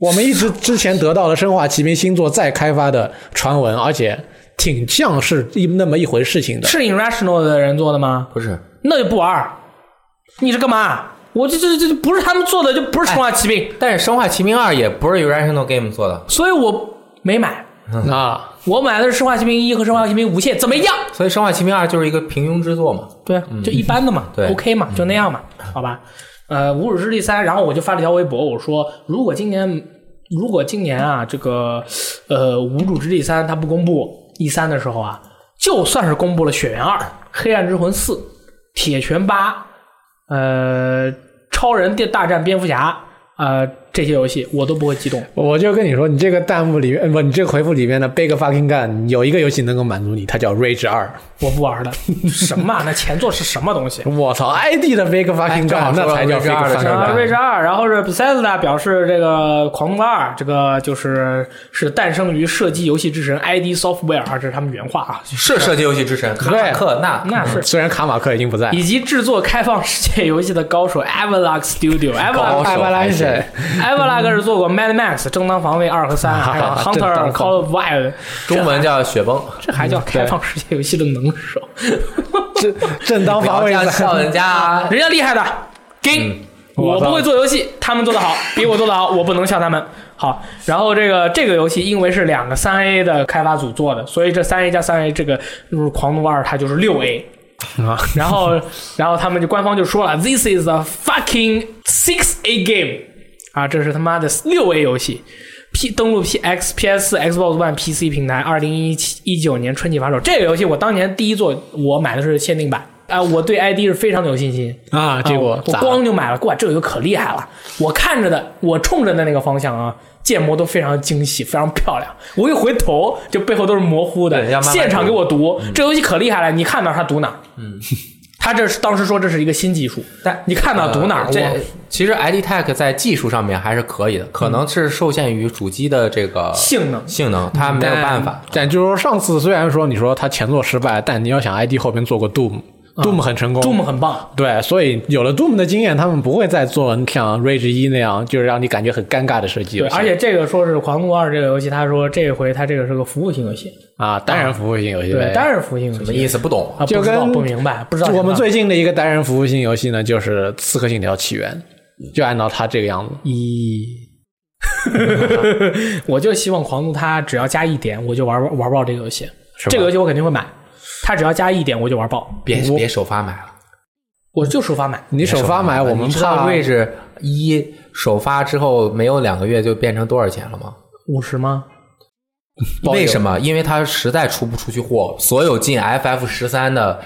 [SPEAKER 4] 我们一直之前得到了《生化奇兵》星座再开发的传闻，而且挺像是一那么一回事情的。
[SPEAKER 2] 是 Irrational 的人做的吗？
[SPEAKER 1] 不是，
[SPEAKER 2] 那就不玩儿，你这干嘛？我这这这这不是他们做的，就不是生化奇兵，
[SPEAKER 1] 但是《生化奇兵二》也不是 Irrational Game 做的，
[SPEAKER 2] 所以我没买。
[SPEAKER 4] 啊，
[SPEAKER 2] 我买的是《生化奇兵一》和《生化奇兵无限》，怎么样？
[SPEAKER 1] 所以《生化奇兵二》就是一个平庸之作嘛。
[SPEAKER 2] 对啊，就一般的嘛、
[SPEAKER 1] 对
[SPEAKER 2] o k 嘛，就那样嘛，好吧。呃，《无主之地三》，然后我就发了条微博，我说如果今年，如果今年啊，这个呃《无主之地三》它不公布 E 三的时候啊，就算是公布了《血缘二》《黑暗之魂四》《铁拳八》呃《超人电大战蝙蝠侠》呃这些游戏，我都不会激动。
[SPEAKER 4] 我就跟你说，你这个弹幕里面，呃不，你这个回复里面的 Big Fucking Gun 有一个游戏能够满足你，它叫 Rage 二。
[SPEAKER 2] 我不玩的，什么、啊？那前作是什么东西？
[SPEAKER 4] 我操，ID 的 Big
[SPEAKER 1] 哎
[SPEAKER 4] Fucking
[SPEAKER 1] 正好
[SPEAKER 4] Gun
[SPEAKER 1] 说到
[SPEAKER 4] 那才叫
[SPEAKER 1] Rage
[SPEAKER 4] Big
[SPEAKER 1] 二的
[SPEAKER 4] Fucking
[SPEAKER 1] 事儿
[SPEAKER 2] 啊
[SPEAKER 1] 了
[SPEAKER 4] Gun。
[SPEAKER 2] ，Rage 二，然后是 Bethesda 表示这个《狂怒二》这个就是是诞生于射击游戏之神 ID Software，啊，这是他嗯们原话啊，
[SPEAKER 1] 是射击游戏之神卡马克纳，
[SPEAKER 2] 那是。
[SPEAKER 4] 虽然卡马克已经不在，
[SPEAKER 2] 以及制作开放世界游戏的高手 Avalanche Studio
[SPEAKER 1] 高手
[SPEAKER 2] Avalanche
[SPEAKER 1] 还是
[SPEAKER 2] Avalanche 是做过 Mad Max 正当防卫二和 三，还有
[SPEAKER 4] 啊
[SPEAKER 2] Hunter
[SPEAKER 4] 正当
[SPEAKER 2] Call of Wild，
[SPEAKER 1] 中文叫雪崩。
[SPEAKER 2] 这还
[SPEAKER 1] 嗯
[SPEAKER 2] 叫开放世界游戏的能手？
[SPEAKER 4] 正正当
[SPEAKER 1] 不
[SPEAKER 4] 防
[SPEAKER 1] 要这
[SPEAKER 4] 卫
[SPEAKER 1] 样笑
[SPEAKER 4] 战。
[SPEAKER 1] 人家啊！
[SPEAKER 2] 人家厉害的，给、我不会做游戏，他们做的好，比我做的好，我不能笑他们。好，然后这个这个游戏因为是两个三 A 的开发组做的，所以这三 A 加三 A 这个就是《狂怒二》，它就是六 A。
[SPEAKER 4] 啊，
[SPEAKER 2] 然后，然后他们就官方就说了，This is a fucking six A game，啊，这是他妈的六 A 游戏。P 登录 PX、PS、Xbox One、PC 平台，二零一七一九年春季发售。这个游戏我当年第一做，我买的是限定版啊、我对 ID 是非常有信心。
[SPEAKER 4] 啊，结果
[SPEAKER 2] 我
[SPEAKER 4] 咋了
[SPEAKER 2] 光就买了，哇，这个游戏可厉害了！我看着的，我冲着的那个方向啊，建模都非常精细，非常漂亮。我一回头，就背后都是模糊的
[SPEAKER 1] 对，要慢慢
[SPEAKER 2] 现场
[SPEAKER 1] 读
[SPEAKER 2] 给我读，这游戏可厉害了！你看哪儿他读哪，嗯，他这是当时说这是一个新技术，
[SPEAKER 1] 但
[SPEAKER 2] 你看哪儿读哪儿，
[SPEAKER 1] 呃这
[SPEAKER 2] 我
[SPEAKER 1] 其实 ID Tech 在技术上面还是可以的，可能是受限于主机的这个
[SPEAKER 2] 嗯性能
[SPEAKER 1] 性能，它没有办法。
[SPEAKER 4] 但就是说，上次虽然说你说他前作失败，但你要想 ID 后边做过 Doom，Doom、很
[SPEAKER 1] 啊
[SPEAKER 4] 成功
[SPEAKER 2] Doom 很棒，
[SPEAKER 4] 对，所以有了 Doom 的经验，他们不会再做像 Rage 一那样，就是让你感觉很尴尬的射击游
[SPEAKER 2] 对，
[SPEAKER 4] 戏。
[SPEAKER 2] 而且这个说是《狂怒二》这个游戏，他说这回他这个是个服务型游戏，
[SPEAKER 4] 啊，单人服务型游戏，
[SPEAKER 2] 对，当然是服务型游
[SPEAKER 1] 什么意
[SPEAKER 2] 戏
[SPEAKER 1] 思？不懂。
[SPEAKER 2] 啊，
[SPEAKER 4] 就
[SPEAKER 2] 不知道
[SPEAKER 4] 跟
[SPEAKER 2] 不明白，不知道
[SPEAKER 4] 我们
[SPEAKER 2] 什么
[SPEAKER 4] 最近的一个单人服务型游戏呢，就是《刺客信条：起源》，
[SPEAKER 2] 嗯
[SPEAKER 4] 就按照它这个样子。
[SPEAKER 2] 一， 我就希望狂怒它只要加一点，我就玩玩爆这个游戏。
[SPEAKER 4] 吧
[SPEAKER 2] 这个游戏我肯定会买，它只要加一点我就玩爆，
[SPEAKER 1] 别别首发买了，啊
[SPEAKER 2] 我就首发买。
[SPEAKER 4] 你首发买，我们
[SPEAKER 1] 你知道
[SPEAKER 4] 怕
[SPEAKER 1] Rage 一首发之后没有两个月就变成多少钱了吗？
[SPEAKER 2] 五十吗？
[SPEAKER 4] 包邮
[SPEAKER 1] 为什么？因为它实在出不出去货，所有进 FF 十三的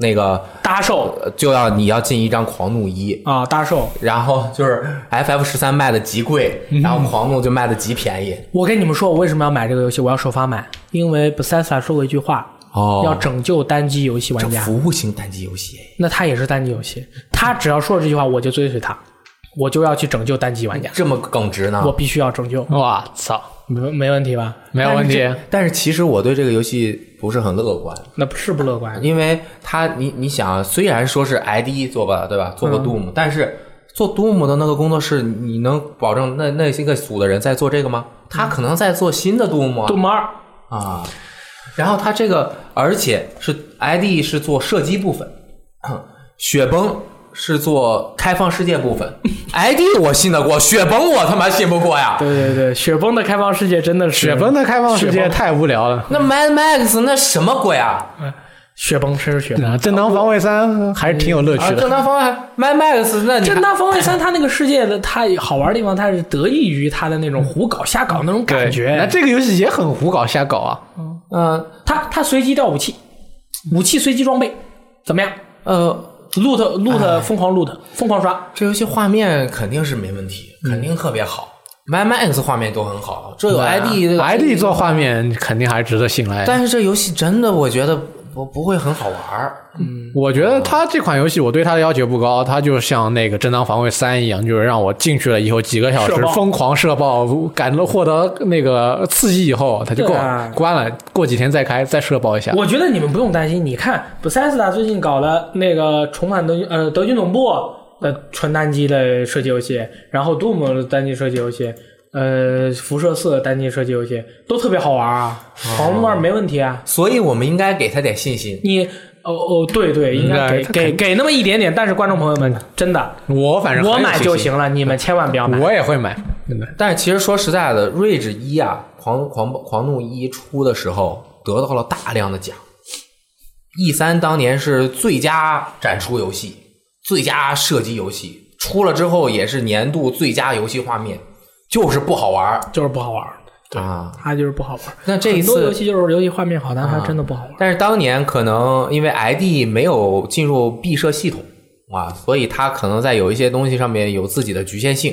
[SPEAKER 1] 那个
[SPEAKER 2] 搭售
[SPEAKER 1] 呃就要你要进一张狂怒一，
[SPEAKER 2] 啊，搭售！
[SPEAKER 1] 然后就是 FF 十三卖的极贵，
[SPEAKER 2] 嗯
[SPEAKER 1] 然后狂怒就卖的极便宜。
[SPEAKER 2] 我跟你们说，我为什么要买这个游戏？我要首发买，因为 Bethesda 说过一句话，
[SPEAKER 1] 哦
[SPEAKER 2] 要拯救单机游戏玩
[SPEAKER 1] 这
[SPEAKER 2] 家。
[SPEAKER 1] 服务型单机游戏，
[SPEAKER 2] 那它也是单机游戏，它只要说了这句话，我就追随它，我就要去拯救单机玩家，
[SPEAKER 1] 这么耿直呢
[SPEAKER 2] 我？必须要拯救，
[SPEAKER 4] 哇操，
[SPEAKER 2] 没没问题吧？
[SPEAKER 4] 啊没有问题。
[SPEAKER 1] 但是其实我对这个游戏不是很乐观，
[SPEAKER 2] 那不是不乐观，
[SPEAKER 1] 因为它你你想，虽然说是 ID 做吧，对吧？做
[SPEAKER 2] 嗯
[SPEAKER 1] 过 Doom，、但是做 Doom 的那个工作室，你能保证那那些个组的人在做这个吗？他可能在做新的 Doom 啊
[SPEAKER 2] 杜牧二。
[SPEAKER 1] 啊。然后它这个，而且是 ID 是做射击部分，雪崩是做开放世界部 分。ID 我信得过，雪崩我他妈信不过呀。
[SPEAKER 2] 对对对，雪崩的开放世界真的是
[SPEAKER 4] 雪崩的开放世
[SPEAKER 2] 雪
[SPEAKER 4] 界
[SPEAKER 2] 崩
[SPEAKER 4] 太无聊了。
[SPEAKER 1] 那 Mad Max 那什么鬼啊？
[SPEAKER 2] 雪崩真是雪 崩。
[SPEAKER 4] 啊，正当防卫三还是挺有乐
[SPEAKER 1] 啊，
[SPEAKER 4] 趣
[SPEAKER 1] 正
[SPEAKER 4] 的。
[SPEAKER 1] 当防卫 Mad Max 那你
[SPEAKER 2] 正当防卫三，它那个世界的它好玩的地方，它是得益于它的那种胡搞瞎搞那种
[SPEAKER 4] 对
[SPEAKER 2] 感
[SPEAKER 4] 那
[SPEAKER 2] 觉。
[SPEAKER 4] 这个游戏也很胡搞瞎搞啊。
[SPEAKER 1] 嗯
[SPEAKER 2] 它它随机掉武器，武器随机装备，怎么样
[SPEAKER 1] 呃，
[SPEAKER 2] ？loot loot 疯狂 loot 疯狂刷，
[SPEAKER 1] 这游戏画面肯定是没问题，肯定特别好。Mad Max 画面都很啊
[SPEAKER 2] 啊
[SPEAKER 1] 好，这有 ID 这个
[SPEAKER 4] ID 做画面肯定还是值得信赖的。
[SPEAKER 1] 但是这游戏真的，我觉得不不会很好玩儿。
[SPEAKER 2] 嗯
[SPEAKER 4] 我觉得它这款游戏我对它的要求不高，它就像那个《正当防卫三》一样，就是让我进去了以后几个小
[SPEAKER 2] 射
[SPEAKER 4] 时
[SPEAKER 2] 爆
[SPEAKER 4] 疯狂射爆，感到获得那个刺激以后，它就够
[SPEAKER 2] 对
[SPEAKER 4] 了，
[SPEAKER 2] 啊
[SPEAKER 4] 关了，过几天再开再射爆一下。
[SPEAKER 2] 我觉得你们不用担心，你看 b e 斯达最近搞了那个重返德军呃德军总部的纯单机的射击游戏，然后 Doom 的单机射击游戏，呃辐射四的单机射击游戏都特别好玩啊，黄木二没问题啊，
[SPEAKER 1] 所以我们应该给他点信心。
[SPEAKER 2] 你。哦哦，对对，应该
[SPEAKER 4] 应该
[SPEAKER 2] 给
[SPEAKER 4] 他
[SPEAKER 2] 给给那么一点点，但是观众朋友们，真的，
[SPEAKER 4] 我反正
[SPEAKER 2] 我
[SPEAKER 4] 很有
[SPEAKER 2] 买
[SPEAKER 4] 信
[SPEAKER 2] 就
[SPEAKER 4] 心
[SPEAKER 2] 行，了，你们千万不要买。
[SPEAKER 4] 我也会买，真的。
[SPEAKER 1] 但是其实说实在的，《睿智一》啊，《狂狂狂怒一》出的时候得到了大量的奖。E 三当年是最佳展出游戏、最佳射击游戏，出了之后也是年度最佳游戏画面，就是不好玩儿
[SPEAKER 2] 就是不好玩儿，
[SPEAKER 1] 啊。
[SPEAKER 2] 它就是不好玩儿。
[SPEAKER 1] 那这一
[SPEAKER 2] 很多游
[SPEAKER 1] 次，
[SPEAKER 2] 戏就是游戏画面好，但它
[SPEAKER 4] 啊
[SPEAKER 2] 真的不好玩儿。
[SPEAKER 1] 但是当年可能因为 ID 没有进入闭设系统啊，所以它可能在有一些东西上面有自己的局限性，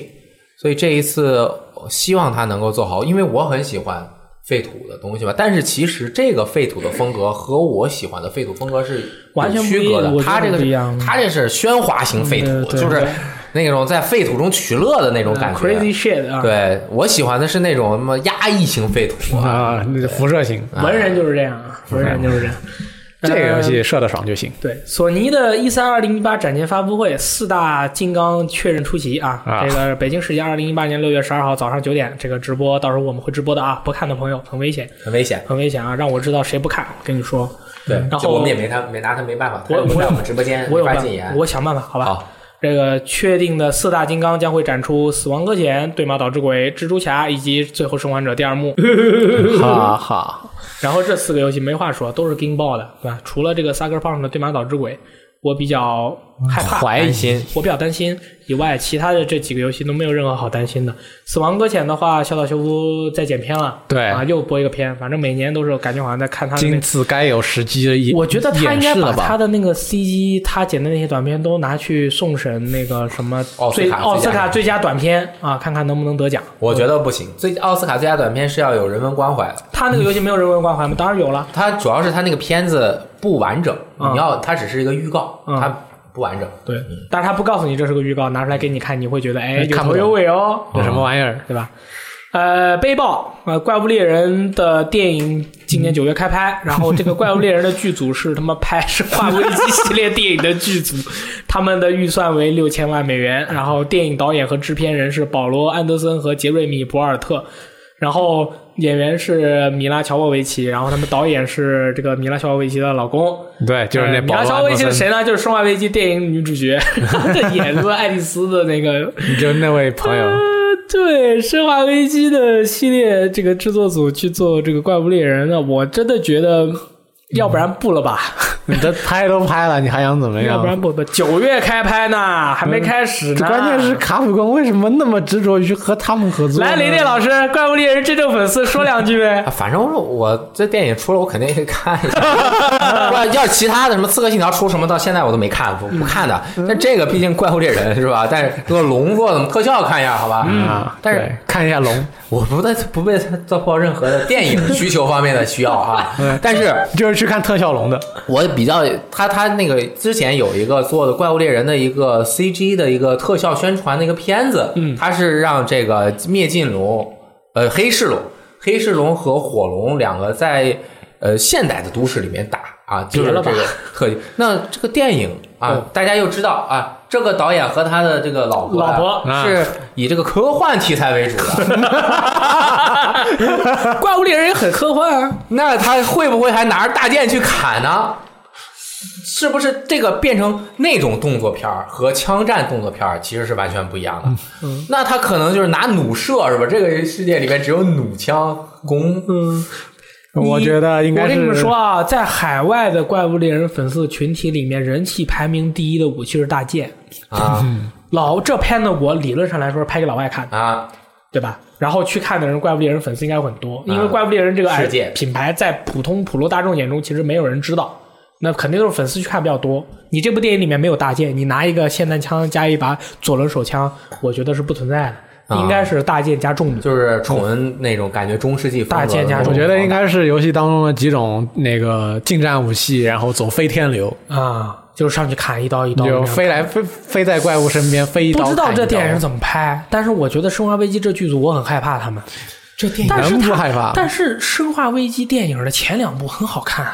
[SPEAKER 1] 所以这一次我希望它能够做好，因为我很喜欢废土的东西吧。但是其实这个废土的风格和我喜欢的废土风格是有
[SPEAKER 2] 完全不
[SPEAKER 1] 区
[SPEAKER 2] 一
[SPEAKER 1] 隔
[SPEAKER 2] 样我
[SPEAKER 1] 的，
[SPEAKER 2] 觉得
[SPEAKER 1] 它这个
[SPEAKER 2] 不一样
[SPEAKER 1] 是它这是喧哗型废
[SPEAKER 2] 嗯
[SPEAKER 1] 土，
[SPEAKER 2] 对
[SPEAKER 1] 就是
[SPEAKER 2] 对嗯
[SPEAKER 1] 那种在废土中取乐的那种感觉。
[SPEAKER 2] Crazy shit 啊！，
[SPEAKER 1] 对我喜欢的是那种什么压抑型废土啊，
[SPEAKER 4] 啊，那辐射型，
[SPEAKER 2] 文人就是这样啊，文人就是这样。
[SPEAKER 4] 这个游
[SPEAKER 2] 呃
[SPEAKER 4] 戏射得爽就行。
[SPEAKER 2] 对，索尼的 E 三二零一八展前发布会，四大金刚确认出席啊！
[SPEAKER 4] 啊
[SPEAKER 2] 这个北京时间二零一八年六月十二号早上九点，这个直播到时候我们会直播的啊！不看的朋友很危险，
[SPEAKER 1] 很危险。
[SPEAKER 2] 很危险啊！让我知道谁不看，我跟你说，
[SPEAKER 1] 对，
[SPEAKER 2] 然
[SPEAKER 1] 就
[SPEAKER 2] 后
[SPEAKER 1] 我们也没他没拿他没办法，他
[SPEAKER 2] 我
[SPEAKER 1] 又不
[SPEAKER 2] 我
[SPEAKER 1] 在
[SPEAKER 2] 有
[SPEAKER 1] 我们直播间
[SPEAKER 2] 我
[SPEAKER 1] 没
[SPEAKER 2] 有
[SPEAKER 1] 法
[SPEAKER 2] 办法
[SPEAKER 1] 禁言，。
[SPEAKER 2] 我想办法，好吧？
[SPEAKER 1] 好，
[SPEAKER 2] 这个确定的四大金刚将会展出《死亡搁浅》《对马岛之鬼》《蜘蛛侠》以及《最后生还者》第二幕。 嗯
[SPEAKER 4] 哈哈，
[SPEAKER 2] 然后这四个游戏没话说，都是 Game Ball 的，
[SPEAKER 1] 嗯
[SPEAKER 2] 对吧？除了这个 Sucker Punch 的《对马岛之鬼》，我比较害怕、
[SPEAKER 4] 怀疑
[SPEAKER 1] 心
[SPEAKER 2] 我比较担心以外，其他的这几个游戏都没有任何好担心的。《死亡搁浅》的话，小岛秀夫在剪片了，
[SPEAKER 4] 对
[SPEAKER 2] 啊，又播一个片，反正每年都是感觉好像在看他的那
[SPEAKER 4] 今次该有时机的演
[SPEAKER 2] 我觉得他应
[SPEAKER 4] 演
[SPEAKER 2] 该
[SPEAKER 4] 示
[SPEAKER 2] 把
[SPEAKER 4] 了
[SPEAKER 2] 他
[SPEAKER 4] 吧？
[SPEAKER 2] 的那个 CG，他剪的那些短片都拿去送审那个什么
[SPEAKER 1] 奥斯
[SPEAKER 2] 最
[SPEAKER 1] 卡最佳
[SPEAKER 2] 奥斯卡最佳短片啊，看看能不能得奖。
[SPEAKER 1] 我觉得不行。最奥斯卡最佳短片是要有人文关怀的，
[SPEAKER 2] 他那个游戏没有人文关怀吗？当然有了。
[SPEAKER 1] 它主要是它那个片子不完整，
[SPEAKER 2] 嗯
[SPEAKER 1] 你要它只是一个预告，
[SPEAKER 2] 嗯
[SPEAKER 1] 它不完整。
[SPEAKER 2] 对，但是他不告诉你这是个预告，拿出来给你看，你会觉得哎，有
[SPEAKER 4] 看不
[SPEAKER 2] 头
[SPEAKER 4] 懂
[SPEAKER 2] 有尾哦，
[SPEAKER 4] 这什么玩意儿？
[SPEAKER 2] 对吧？呃，背包呃，怪物猎人的电影今年九月开拍，然后这个怪物猎人的剧组是他妈拍《生化危机》系列电影的剧组，他们的预算为六千万美元，然后电影导演和制片人是保罗·安德森和杰瑞米·博尔特，然后演员是米拉·乔沃维奇，然后他们导演是这个米拉·乔沃维奇的老公，
[SPEAKER 4] 对，就是
[SPEAKER 2] 呃
[SPEAKER 4] 那
[SPEAKER 2] 米
[SPEAKER 4] 保
[SPEAKER 2] 拉·乔
[SPEAKER 4] 罗
[SPEAKER 2] 沃维奇是
[SPEAKER 4] 安德森
[SPEAKER 2] 谁呢？就是《生化危机》电影女主角， 演了爱丽丝的那个
[SPEAKER 4] 就那位朋友
[SPEAKER 2] 呃， 对《生化危机》的系列这个制作组去做这个怪物猎人呢，我真的觉得，
[SPEAKER 4] 嗯
[SPEAKER 2] 要不然不了吧，
[SPEAKER 4] 你这拍都拍了，你还想怎 么
[SPEAKER 2] 要
[SPEAKER 4] 样
[SPEAKER 2] 不？然不不，九月开拍呢，还没开始呢。
[SPEAKER 4] 嗯关键是卡普空为什么那么执着于和他们合作呢？
[SPEAKER 2] 来，雷电老师，怪物猎人真正粉丝说两句呗
[SPEAKER 1] 啊。反正我这电影出了，我肯定会看一下。不然要是其他的什么《刺客信条》出什么，到现在我都没看，不不看的。但这个毕竟怪物猎人是吧？但是这个龙做的特效看一下，好吧？
[SPEAKER 2] 嗯
[SPEAKER 4] 啊，
[SPEAKER 1] 但是
[SPEAKER 4] 对看一下龙，
[SPEAKER 1] 我不在不被他造破任何的电影需求方面的需要啊。但是
[SPEAKER 4] 就是去看特效龙的。
[SPEAKER 1] 我比较他他那个之前有一个做的《怪物猎人》的一个 CG 的一个特效宣传的一个片子，嗯，他是让这个灭尽龙，呃，黑市龙、黑市龙和火龙两个在呃现代的都市里面打啊，就是
[SPEAKER 2] 别
[SPEAKER 1] 这
[SPEAKER 2] 了吧哦
[SPEAKER 1] 个特技。 那这个电影啊，大家又知道啊，这个导演和他的这个老婆啊
[SPEAKER 2] 老婆
[SPEAKER 4] 啊
[SPEAKER 1] 是以这个科幻题材为主 的，
[SPEAKER 2] 怪物猎人也很科幻啊，
[SPEAKER 1] 那他会不会还拿着大剑去砍呢？是不是这个变成那种动作片儿和枪战动作片儿其实是完全不一样的？那他可能就是拿弩射是吧？这个世界里面只有弩枪弓，
[SPEAKER 2] 嗯，
[SPEAKER 4] 我觉得应该
[SPEAKER 2] 我
[SPEAKER 4] 是
[SPEAKER 2] 跟你们说啊，在海外的怪物猎人粉丝群体里面，人气排名第一的武器是大剑。
[SPEAKER 1] 啊
[SPEAKER 2] 老这片子我理论上来说是拍给老外看的。
[SPEAKER 1] 啊！
[SPEAKER 2] 对吧？然后去看的人，怪物猎人粉丝应该会很多，
[SPEAKER 4] 嗯
[SPEAKER 2] 因为怪物猎人这个
[SPEAKER 1] 世界
[SPEAKER 2] 品牌在普通普罗大众眼中其实没有人知道，那肯定都是粉丝去看比较多。你这部电影里面没有大剑，你拿一个霰弹枪加一把左轮手枪，我觉得是不存在的。
[SPEAKER 4] 啊
[SPEAKER 2] 应该是大剑加重弩。
[SPEAKER 1] 就是纯那种感觉中世纪风格的
[SPEAKER 2] 大剑加
[SPEAKER 1] 那种
[SPEAKER 2] 重
[SPEAKER 4] 我觉得应该是游戏当中的几种那个近战武器，然后走飞天流，
[SPEAKER 2] 啊，就是上去砍一刀一刀，
[SPEAKER 4] 就飞来飞飞在怪物身边，飞一刀
[SPEAKER 2] 不知道
[SPEAKER 4] 砍一嗯
[SPEAKER 2] 这
[SPEAKER 4] 刀
[SPEAKER 2] 电影怎么拍，但是我觉得《生化危机》这剧组我很害怕他们。这电
[SPEAKER 4] 影
[SPEAKER 2] 但是
[SPEAKER 4] 能不
[SPEAKER 2] 它
[SPEAKER 4] 害怕
[SPEAKER 2] 但是《生化危机》电影的前两部很好看，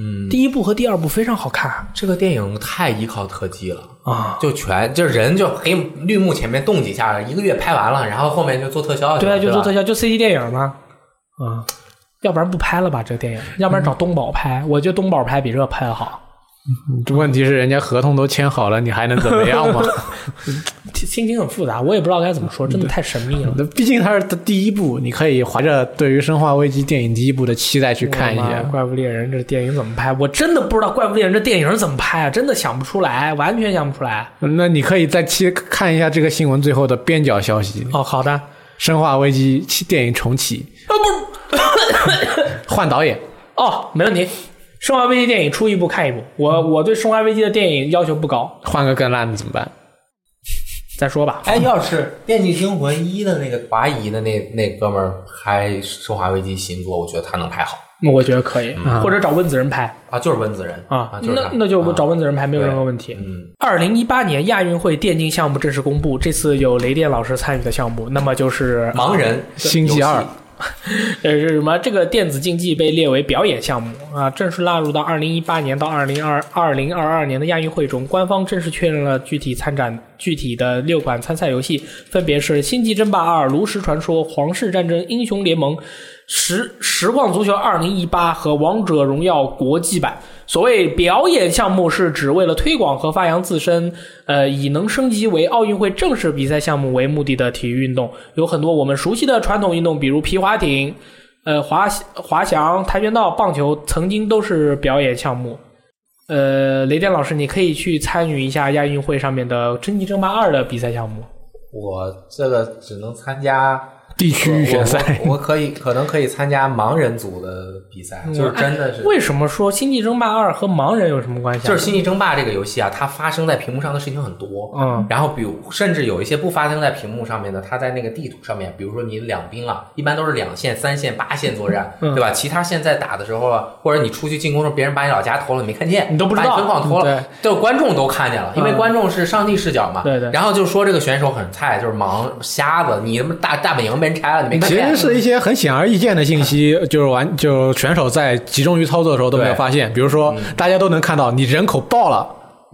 [SPEAKER 2] 嗯，第一部和第二部非常好看
[SPEAKER 1] 这个电影太依靠特技了。
[SPEAKER 2] 啊。
[SPEAKER 1] 就全就人就黑绿幕前面动几下，一个月拍完了，然后后面就做特效去
[SPEAKER 2] 对
[SPEAKER 1] 了，
[SPEAKER 2] 啊，就做特
[SPEAKER 1] 效。
[SPEAKER 2] 效，就 CG 电影嘛，啊，要不然不拍了吧这个电影，要不然找东宝拍，我觉得东宝拍比这拍的好。
[SPEAKER 4] 这问题是人家合同都签好了，你还能怎么 样嘛？
[SPEAKER 2] 心情很复杂，我也不知道该怎么说，真的太神秘了。
[SPEAKER 4] 那毕竟它是第一部，你可以怀着对于《生化危机》电影第一部的期待去看一
[SPEAKER 2] 我的妈
[SPEAKER 4] 下。
[SPEAKER 2] 《怪物猎人》这电影怎么拍，我真的不知道《怪物猎人》这电影怎么拍啊，真的想不出来，完全想不出来。
[SPEAKER 4] 那你可以再期看一下这个新闻最后的边角消息，《
[SPEAKER 2] 哦，好的，啊
[SPEAKER 4] 生化危机》电影重启，
[SPEAKER 1] 啊
[SPEAKER 2] 不，
[SPEAKER 4] 换导演。
[SPEAKER 2] 哦，没问题。生化危机电影出一部看一部，我我对生化危机的电影要求不高，
[SPEAKER 4] 换个更烂的怎么办？
[SPEAKER 2] 再说吧。
[SPEAKER 1] 哎，要是《电锯惊魂一》的那个华谊的那那哥们儿拍《生化危机》新作，我觉得他能拍好
[SPEAKER 2] 我觉得可以，或者找温子仁拍
[SPEAKER 1] 啊，就是温子仁
[SPEAKER 2] 啊，
[SPEAKER 1] 就是
[SPEAKER 2] 那
[SPEAKER 1] 他
[SPEAKER 2] 那就找
[SPEAKER 1] 啊
[SPEAKER 2] 温子仁拍没有任何问题。
[SPEAKER 1] 嗯，
[SPEAKER 2] 二零一八年亚运会电竞项目正式公布，这次有雷电老师参与的项目，那么就是
[SPEAKER 1] 盲人
[SPEAKER 4] 星际二
[SPEAKER 1] 游戏
[SPEAKER 2] 呃，是什么？这个电子竞技被列为表演项目啊，正式纳入到二零一八年到二零二二零二二年的亚运会中。官方正式确认了具体参展具体的六款参赛游戏，分别是《星际争霸二》《炉石传说》《皇室战争》《英雄联盟》《实实况足球二零一八》和《王者荣耀国际版》。所谓表演项目，是指为了推广和发扬自身，呃，以能升级为奥运会正式比赛项目为目的的体育运动。有很多我们熟悉的传统运动，比如皮划艇、呃滑滑翔、跆拳道、棒球，曾经都是表演项目。呃，雷电老师，你可以去参与一下亚运会上面的《真迹争霸二》的比赛项目。
[SPEAKER 1] 我这个只能参加
[SPEAKER 4] 地区预选赛，
[SPEAKER 1] 我我我可以可能可以参加盲人组的比
[SPEAKER 2] 嗯
[SPEAKER 1] 赛，就是真的是。
[SPEAKER 2] 为什么说《星际争霸二》和盲人有什么关系啊？
[SPEAKER 1] 就是《星际争霸》这个游戏啊，它发生在屏幕上的事情很多，
[SPEAKER 2] 嗯，
[SPEAKER 1] 然后比如甚至有一些不发生在屏幕上面的，它在那个地图上面，比如说你两兵啊，一般都是两线、三线、八线作战，
[SPEAKER 2] 嗯
[SPEAKER 1] 对吧？其他线在打的时候啊，或者你出去进攻的时候，别人把你老家偷了，你没看见，
[SPEAKER 2] 你都不知道
[SPEAKER 1] 把你分矿偷了，
[SPEAKER 4] 嗯
[SPEAKER 1] 就是观众都看见了，因为
[SPEAKER 2] 嗯
[SPEAKER 1] 观众是上帝视角嘛，
[SPEAKER 2] 对对
[SPEAKER 1] 然后就说这个选手很菜，就是盲瞎子，你他妈大大本营被人拆了，你没看
[SPEAKER 4] 哎其
[SPEAKER 1] 见
[SPEAKER 4] 实。是一些很显而易见的信 息，就是玩就选手在集中于操作的时候都没有发现，比如
[SPEAKER 1] 嗯
[SPEAKER 4] 说大家都能看到你人口爆了。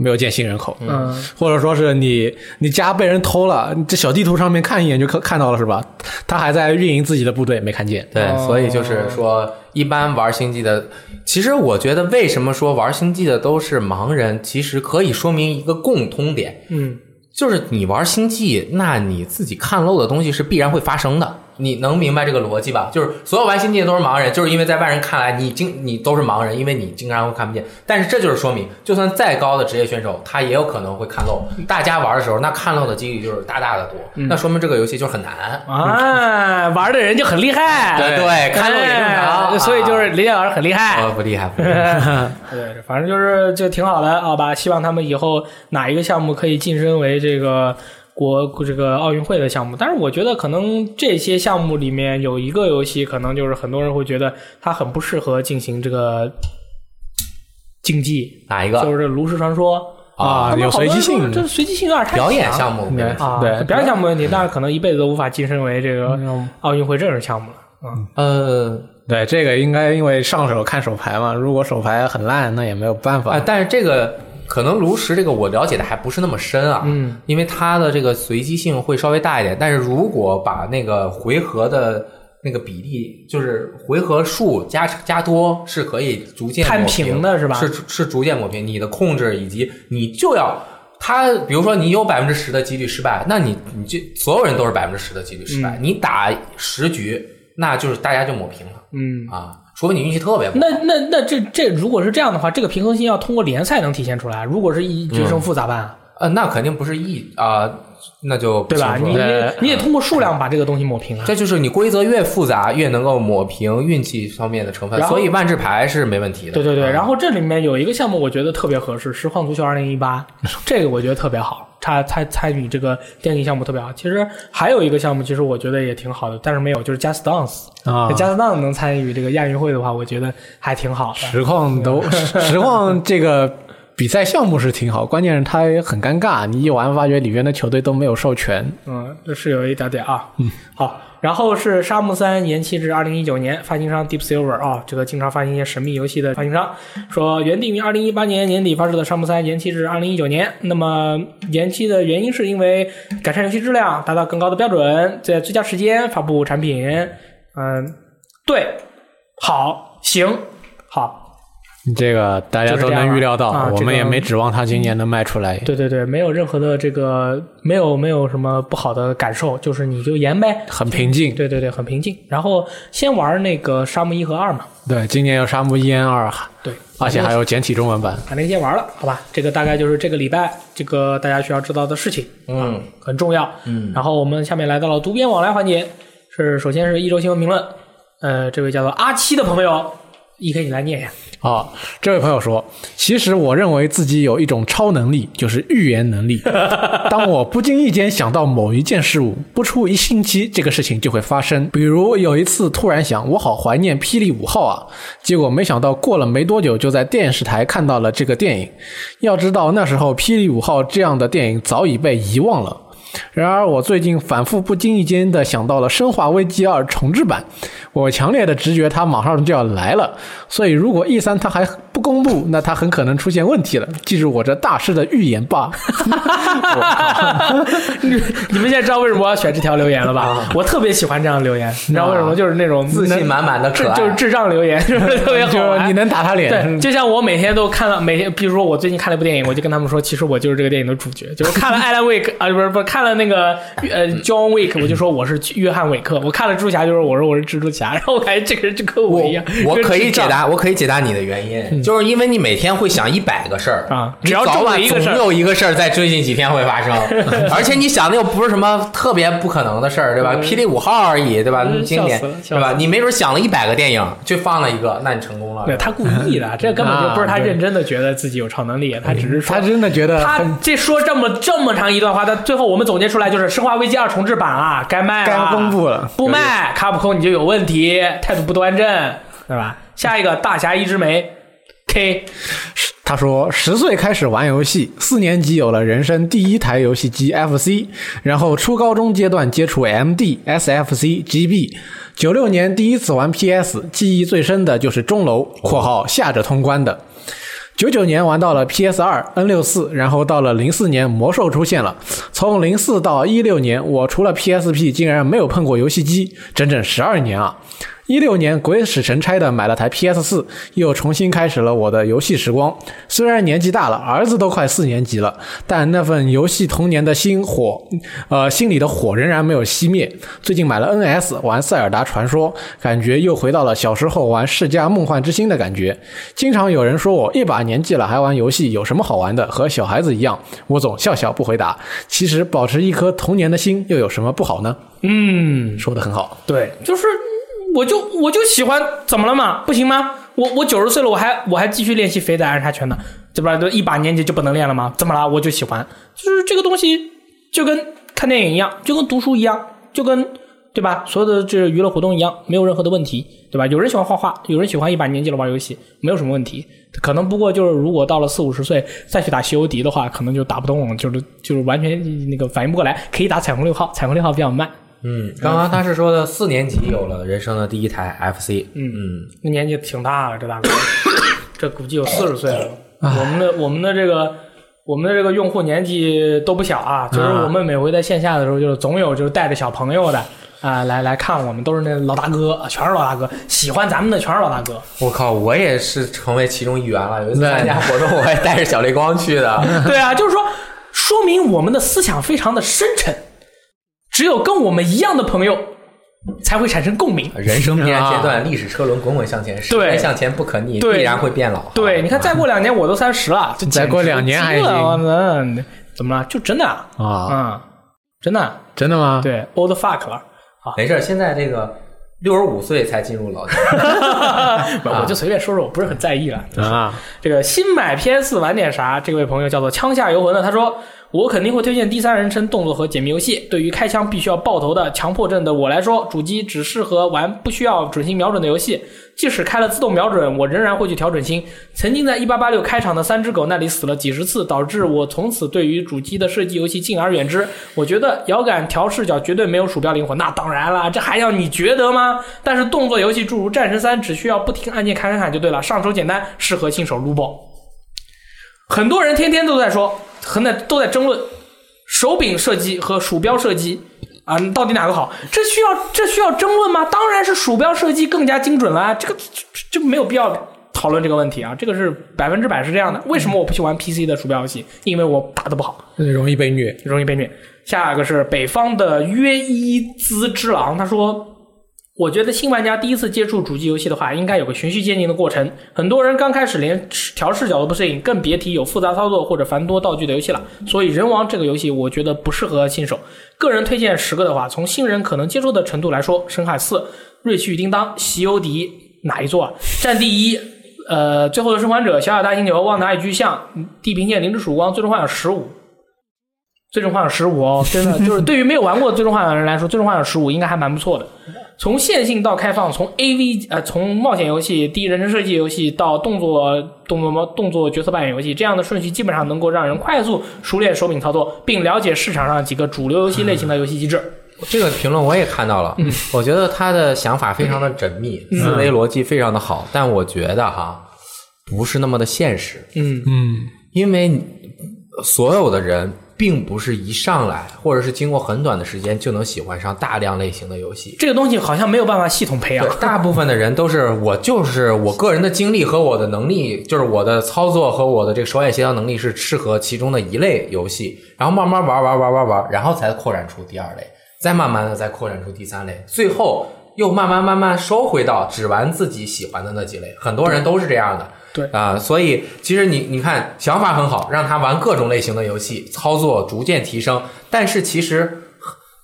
[SPEAKER 4] 没有见新人口，
[SPEAKER 2] 嗯，
[SPEAKER 4] 或者说是你你家被人偷了，这小地图上面看一眼就看看到了是吧？他还在运营自己的部队，没看见。
[SPEAKER 1] 对，所以就是说，一般玩星际的，其实我觉得为什么说玩星际的都是盲人，其实可以说明一个共通点，
[SPEAKER 2] 嗯，
[SPEAKER 1] 就是你玩星际，那你自己看漏的东西是必然会发生的。你能明白这个逻辑吧？就是所有玩星际的都是盲人，就是因为在外人看来，你经你都是盲人，因为你经常会看不见。但是这就是说明，就算再高的职业选手，他也有可能会看漏。大家玩的时候，那看漏的几率就是大大的多。那说明这个游戏就是很难。
[SPEAKER 2] 啊，玩的人就很厉害，
[SPEAKER 1] 对对，看漏也正
[SPEAKER 2] 哎
[SPEAKER 1] 常。啊
[SPEAKER 2] 所以就是雷电老师很厉害。
[SPEAKER 1] 啊不厉害， 不厉害。
[SPEAKER 2] 对，反正就是就挺好的，好吧？希望他们以后哪一个项目可以晋升为这个国这个奥运会的项目。但是我觉得可能这些项目里面有一个游戏，可能就是很多人会觉得它很不适合进行这个竞技，
[SPEAKER 1] 哪一
[SPEAKER 2] 就
[SPEAKER 1] 个
[SPEAKER 2] 是《炉石传说》
[SPEAKER 4] 啊
[SPEAKER 2] 他们
[SPEAKER 4] 有
[SPEAKER 2] 好多人
[SPEAKER 4] 随机
[SPEAKER 2] 说
[SPEAKER 4] 性
[SPEAKER 2] 这随机性有点太
[SPEAKER 1] 表演
[SPEAKER 2] 强
[SPEAKER 1] 项目？
[SPEAKER 4] 对
[SPEAKER 2] 啊，
[SPEAKER 4] 对嗯
[SPEAKER 2] 表演项目没问题，但是可能一辈子都无法晋升为这个
[SPEAKER 1] 嗯
[SPEAKER 2] 奥运会正式项目了。嗯，
[SPEAKER 1] 呃，
[SPEAKER 4] 对，这个应该因为上手看手牌嘛，如果手牌很烂，那也没有办法。
[SPEAKER 1] 啊，但是这个可能炉石这个我了解的还不是那么深啊，嗯，因为它的这个随机性会稍微大一点，但是如果把那个回合的。那个比例就是回合数加加多是可以逐渐
[SPEAKER 2] 看
[SPEAKER 1] 抹
[SPEAKER 2] 平的是吧
[SPEAKER 1] 是是逐渐抹平你的控制以及你就要他，比如说你有百分之十的几率失败，那你你就所有人都是百分之十的几率失败，
[SPEAKER 2] 嗯
[SPEAKER 1] 你打十局那就是大家就抹平了，嗯啊，除非你运气特别不好。
[SPEAKER 2] 那那那这这如果是这样的话，这个平衡性要通过联赛能体现出来。啊如果是一
[SPEAKER 1] 嗯
[SPEAKER 2] 决胜负咋办啊？
[SPEAKER 1] 呃，那肯定不是一啊、那就不
[SPEAKER 2] 对吧？
[SPEAKER 1] 清
[SPEAKER 2] 你
[SPEAKER 1] 楚了哎
[SPEAKER 2] 你你也通过数量把这个东西抹平啊。
[SPEAKER 1] 这就是你规则越复杂，越能够抹平运气方面的成分，
[SPEAKER 2] 然后
[SPEAKER 1] 所以万智牌是没问题的。
[SPEAKER 2] 对对对，
[SPEAKER 1] 嗯
[SPEAKER 2] 然后这里面有一个项目我觉得特别合适，实况足球二零一八，这个我觉得特别好。参参参与这个电竞项目特别好。其实还有一个项目，其实我觉得也挺好的，但是没有，就是 Just Dance
[SPEAKER 4] 啊
[SPEAKER 2] Just Dance 能参与这个亚运会的话，我觉得还挺好的。
[SPEAKER 4] 实况都 实况这个比赛项目是挺好，关键是它也很尴尬，你一玩发觉里面的球队都没有授权。
[SPEAKER 2] 嗯，这是有一点点啊。嗯，好，然后是《沙漠三》延期至二零一九年，发行商 Deep Silver 啊、这个经常发行一些神秘游戏的发行商，说原定于二零一八年年底发售的《沙漠三》延期至二零一九年。那么延期的原因是因为改善游戏质量，达到更高的标准，在最佳时间发布产品。嗯，对，好，行，好，
[SPEAKER 4] 这个大家
[SPEAKER 2] 就是
[SPEAKER 4] 都
[SPEAKER 2] 这样
[SPEAKER 4] 能
[SPEAKER 2] 了
[SPEAKER 4] 预料到，
[SPEAKER 2] 啊
[SPEAKER 4] 我
[SPEAKER 2] 这
[SPEAKER 4] 们也
[SPEAKER 2] 个
[SPEAKER 4] 没指望它今年能卖出来。
[SPEAKER 2] 对对对，没有任何的这个没有没有什么不好的感受，就是你就延呗，
[SPEAKER 4] 很平静，
[SPEAKER 2] 对对对，很平静。然后先玩那个《沙漠一》和二嘛，
[SPEAKER 4] 对，今年有《沙漠 E N 二》，
[SPEAKER 2] 对，
[SPEAKER 4] 而且还有简体中文版。
[SPEAKER 2] 把那个先玩了，好吧？这个大概就是这个礼拜这个大家需要知道的事情，
[SPEAKER 1] 嗯，
[SPEAKER 2] 很重要。嗯，然后我们下面来到了读编往来环节，是首先是一周新闻评论，呃，这位叫做阿七的朋友，E K 你来 念一下。
[SPEAKER 4] 啊，这位朋友说，其实我认为自己有一种超能力，就是预言能力。当我不经意间想到某一件事物，不出一星期，这个事情就会发生。比如有一次突然想，我好怀念《霹雳五号》啊，结果没想到过了没多久就在电视台看到了这个电影。要知道那时候《霹雳五号》这样的电影早已被遗忘了。然而，我最近反复不经意间的想到了《生化危机二》重制版，我强烈的直觉它马上就要来了，所以如果 E 三它还不公布，那它很可能出现问题了。记住我这大师的预言吧。
[SPEAKER 2] 你你们现在知道为什么我要选这条留言了吧？我特别喜欢这样的留言，你知道为什么？就是那种
[SPEAKER 1] 啊自信
[SPEAKER 2] 能
[SPEAKER 1] 满满的
[SPEAKER 2] 智
[SPEAKER 1] 可爱，
[SPEAKER 2] 就是智障留言，是不是特别好
[SPEAKER 4] 就
[SPEAKER 2] 玩？
[SPEAKER 4] 是你能打 他
[SPEAKER 2] 对，
[SPEAKER 4] 脸，
[SPEAKER 2] 就像我每天都看了，每天，比如说我最近看了一部电影，我就跟他们说，其实我就是这个电影的主角。就是看了艾兰·威克 啊，不是不是，看了那个呃 John Wick，我就说我是约翰·韦克。我看了蜘蛛侠，就是我说我是蜘蛛侠。 然后我感觉这个人就跟我一样，
[SPEAKER 1] 我
[SPEAKER 2] 就是
[SPEAKER 1] 可以
[SPEAKER 2] 智
[SPEAKER 1] 解
[SPEAKER 2] 障。
[SPEAKER 1] 答，我可以解答你的原因，就是因为你每天会想一百个事儿
[SPEAKER 2] 啊
[SPEAKER 1] 你
[SPEAKER 2] 只要
[SPEAKER 1] 早
[SPEAKER 2] 中了
[SPEAKER 1] 晚
[SPEAKER 2] 一个事儿
[SPEAKER 1] 总有一个事儿在最近几天会 发生，而且你想的又不是什么特别不可能的事儿，对吧？霹雳五号而已，对吧？那么
[SPEAKER 2] 嗯
[SPEAKER 1] 经典
[SPEAKER 2] 笑死了，笑
[SPEAKER 1] 对吧
[SPEAKER 2] 死？了
[SPEAKER 1] 你没准想了一百个电影，就放了一个，那你成功了。
[SPEAKER 2] 对他故意的，这根本就
[SPEAKER 1] 啊
[SPEAKER 2] 不是他认真的觉得自己有超能力，他只是说
[SPEAKER 4] 他真的觉得
[SPEAKER 2] 他
[SPEAKER 4] 很
[SPEAKER 2] 这说这么这么长一段话，但最后我们总结出来就是《生化危机二》重制版啊，该卖了，
[SPEAKER 4] 该公布了
[SPEAKER 2] 不卖卡普空你就有问题，态度不端正，对吧？下一个大侠一枝梅 K，
[SPEAKER 4] 他说十岁开始玩游戏，四年级有了人生第一台游戏机 FC，然后初高中阶段接触 MD、SFC、GB。九六年第一次玩 PS，记忆最深的就是钟楼（括号下着通关的）。九九年玩到了 PS 二、N 六四，然后到了零四年魔兽出现了。从零四到一六年，我除了 PSP 竟然没有碰过游戏机，整整十二年啊！一六年鬼使神差的买了台 PS 四，又重新开始了我的游戏时光。虽然年纪大了，儿子都快四年级了，但那份游戏童年的心火，呃，心里的火仍然没有熄灭。最近买了 NS 玩《塞尔达传说》，感觉又回到了小时候玩《世嘉梦幻之星》的感觉。经常有人说我一把年纪了还玩游戏，有什么好玩的？和小孩子一样，我总笑笑不回答。其实保持一颗童年的心又有什么不好呢？
[SPEAKER 2] 嗯，
[SPEAKER 4] 说的很好，
[SPEAKER 2] 对，就是我就我就喜欢，怎么了嘛？不行吗？我我九十岁了，我还我还继续练习肥仔暗杀拳呢，对吧？都一把年纪就不能练了吗？怎么了？我就喜欢，就是这个东西就跟看电影一样，就跟读书一样，就跟对吧？所有的这娱乐活动一样，没有任何的问题，对吧？有人喜欢画画，有人喜欢一把年纪了玩游戏，没有什么问题。可能不过就是，如果到了四五十岁再去打西游迪的话，可能就打不动了，就是就是完全那个反应不过来。可以打彩虹六号，彩虹六号比较慢，
[SPEAKER 1] 嗯，刚刚他是说的四年级有了人生的第一台 FC，嗯
[SPEAKER 2] 那年纪挺大了，这大 哥，这估计有四十岁了。
[SPEAKER 4] 哎
[SPEAKER 2] 我们的我们的这个我们的这个用户年纪都不小啊，就是我们每回在线下的时候，就是总有就是带着小朋友的啊、来来看我们，都是那老大哥，啊全是老大哥，喜欢咱们的全是老大 哥。
[SPEAKER 1] 我靠，我也是成为其中一员了。有一次参加活动，我还带着小泪光去的。
[SPEAKER 2] 对啊，就是说，说明我们的思想非常的深沉，只有跟我们一样的朋友才会产生共
[SPEAKER 4] 哎
[SPEAKER 2] 鸣。
[SPEAKER 1] 人生必然阶段，历史车轮滚滚向前，时
[SPEAKER 2] 对
[SPEAKER 1] 间向前不可逆，
[SPEAKER 2] 对
[SPEAKER 1] 必然会变老。啊
[SPEAKER 2] 对，你看，再过两年我都三十了，这
[SPEAKER 4] 再过两年还
[SPEAKER 2] 简直急了
[SPEAKER 4] 行
[SPEAKER 2] 我操怎么了？就真的啊，
[SPEAKER 4] 啊，
[SPEAKER 2] 嗯，真的啊
[SPEAKER 4] 真的吗？
[SPEAKER 2] 对 old fuck 了。
[SPEAKER 1] 没事儿，现在这个六十五岁才进入老年，
[SPEAKER 2] 不我就随便说说，我不是很在意了。
[SPEAKER 4] 啊，
[SPEAKER 2] 这个新买 PS 玩点啥？这位朋友叫做枪下游魂的，他说我肯定会推荐第三人称动作和解谜游戏。对于开枪必须要爆头的强迫症的我来说，主机只适合玩不需要准心瞄准的游戏。即使开了自动瞄准，我仍然会去调准心。曾经在一八八六开场的三只狗那里死了几十次，导致我从此对于主机的射击游戏敬而远之。我觉得摇杆调视角绝对没有鼠标灵活，那当然啦，这还要你觉得吗？但是动作游戏诸如《战神三》，只需要不停按键砍砍砍就对了，上手简单，适合新手撸爆。很多人天天都在说，很在都在争论手柄射击和鼠标射击啊，到底哪个好？这需要这需要争论吗？当然是鼠标射击更加精准啊啦，这个这这没有必要讨论这个问题啊，这个是百分之百是这样的。为什么我不去玩 PC 的鼠标游戏？因为我打的不好。
[SPEAKER 4] 容易被虐。
[SPEAKER 2] 容易被虐。下一个是北方的约伊兹之狼，他说。我觉得新玩家第一次接触主机游戏的话，应该有个循序渐进的过程。很多人刚开始连调视角都不适应，更别提有复杂操作或者繁多道具的游戏了。所以《人王》这个游戏，我觉得不适合新手。个人推荐十个的话，从新人可能接受的程度来说，《深海四》《瑞奇与叮当》《席欧迪》哪一座啊？《战地一》呃，《最后的生还者》《小小大星球》《旺达与巨像》呃《地平线》《灵之曙光》《最终幻想十五》最终幻想十五哦，真的就是对于没有玩过最终幻想的人来说，最终幻想十五应该还蛮不错的。从线性到开放，从 A V 呃，从冒险游戏、第一人称射击游戏到动作动作动作角色扮演游戏，这样的顺序基本上能够让人快速熟练手柄操作，并了解市场上几个主流游戏类型的游戏机制。
[SPEAKER 1] 这个评论我也看到了，我觉得他的想法非常的缜密，思维逻辑非常的好，但我觉得哈不是那么的现实，
[SPEAKER 2] 嗯
[SPEAKER 1] 嗯，因为你所有的人并不是一上来或者是经过很短的时间就能喜欢上大量类型的游戏。
[SPEAKER 2] 这个东西好像没有办法系统培养
[SPEAKER 1] 对，， 大部分的人都是我，就是我个人的经历和我的能力，就是我的操作和我的这个手眼协调能力是适合其中的一类游戏，然后慢慢玩玩玩玩玩，然后才扩展出第二类，再慢慢的再扩展出第三类，最后又慢慢慢慢收回到只玩自己喜欢的那几类。很多人都是这样的。
[SPEAKER 2] 对
[SPEAKER 1] 啊、所以其实你你看想法很好，让他玩各种类型的游戏，操作逐渐提升，但是其实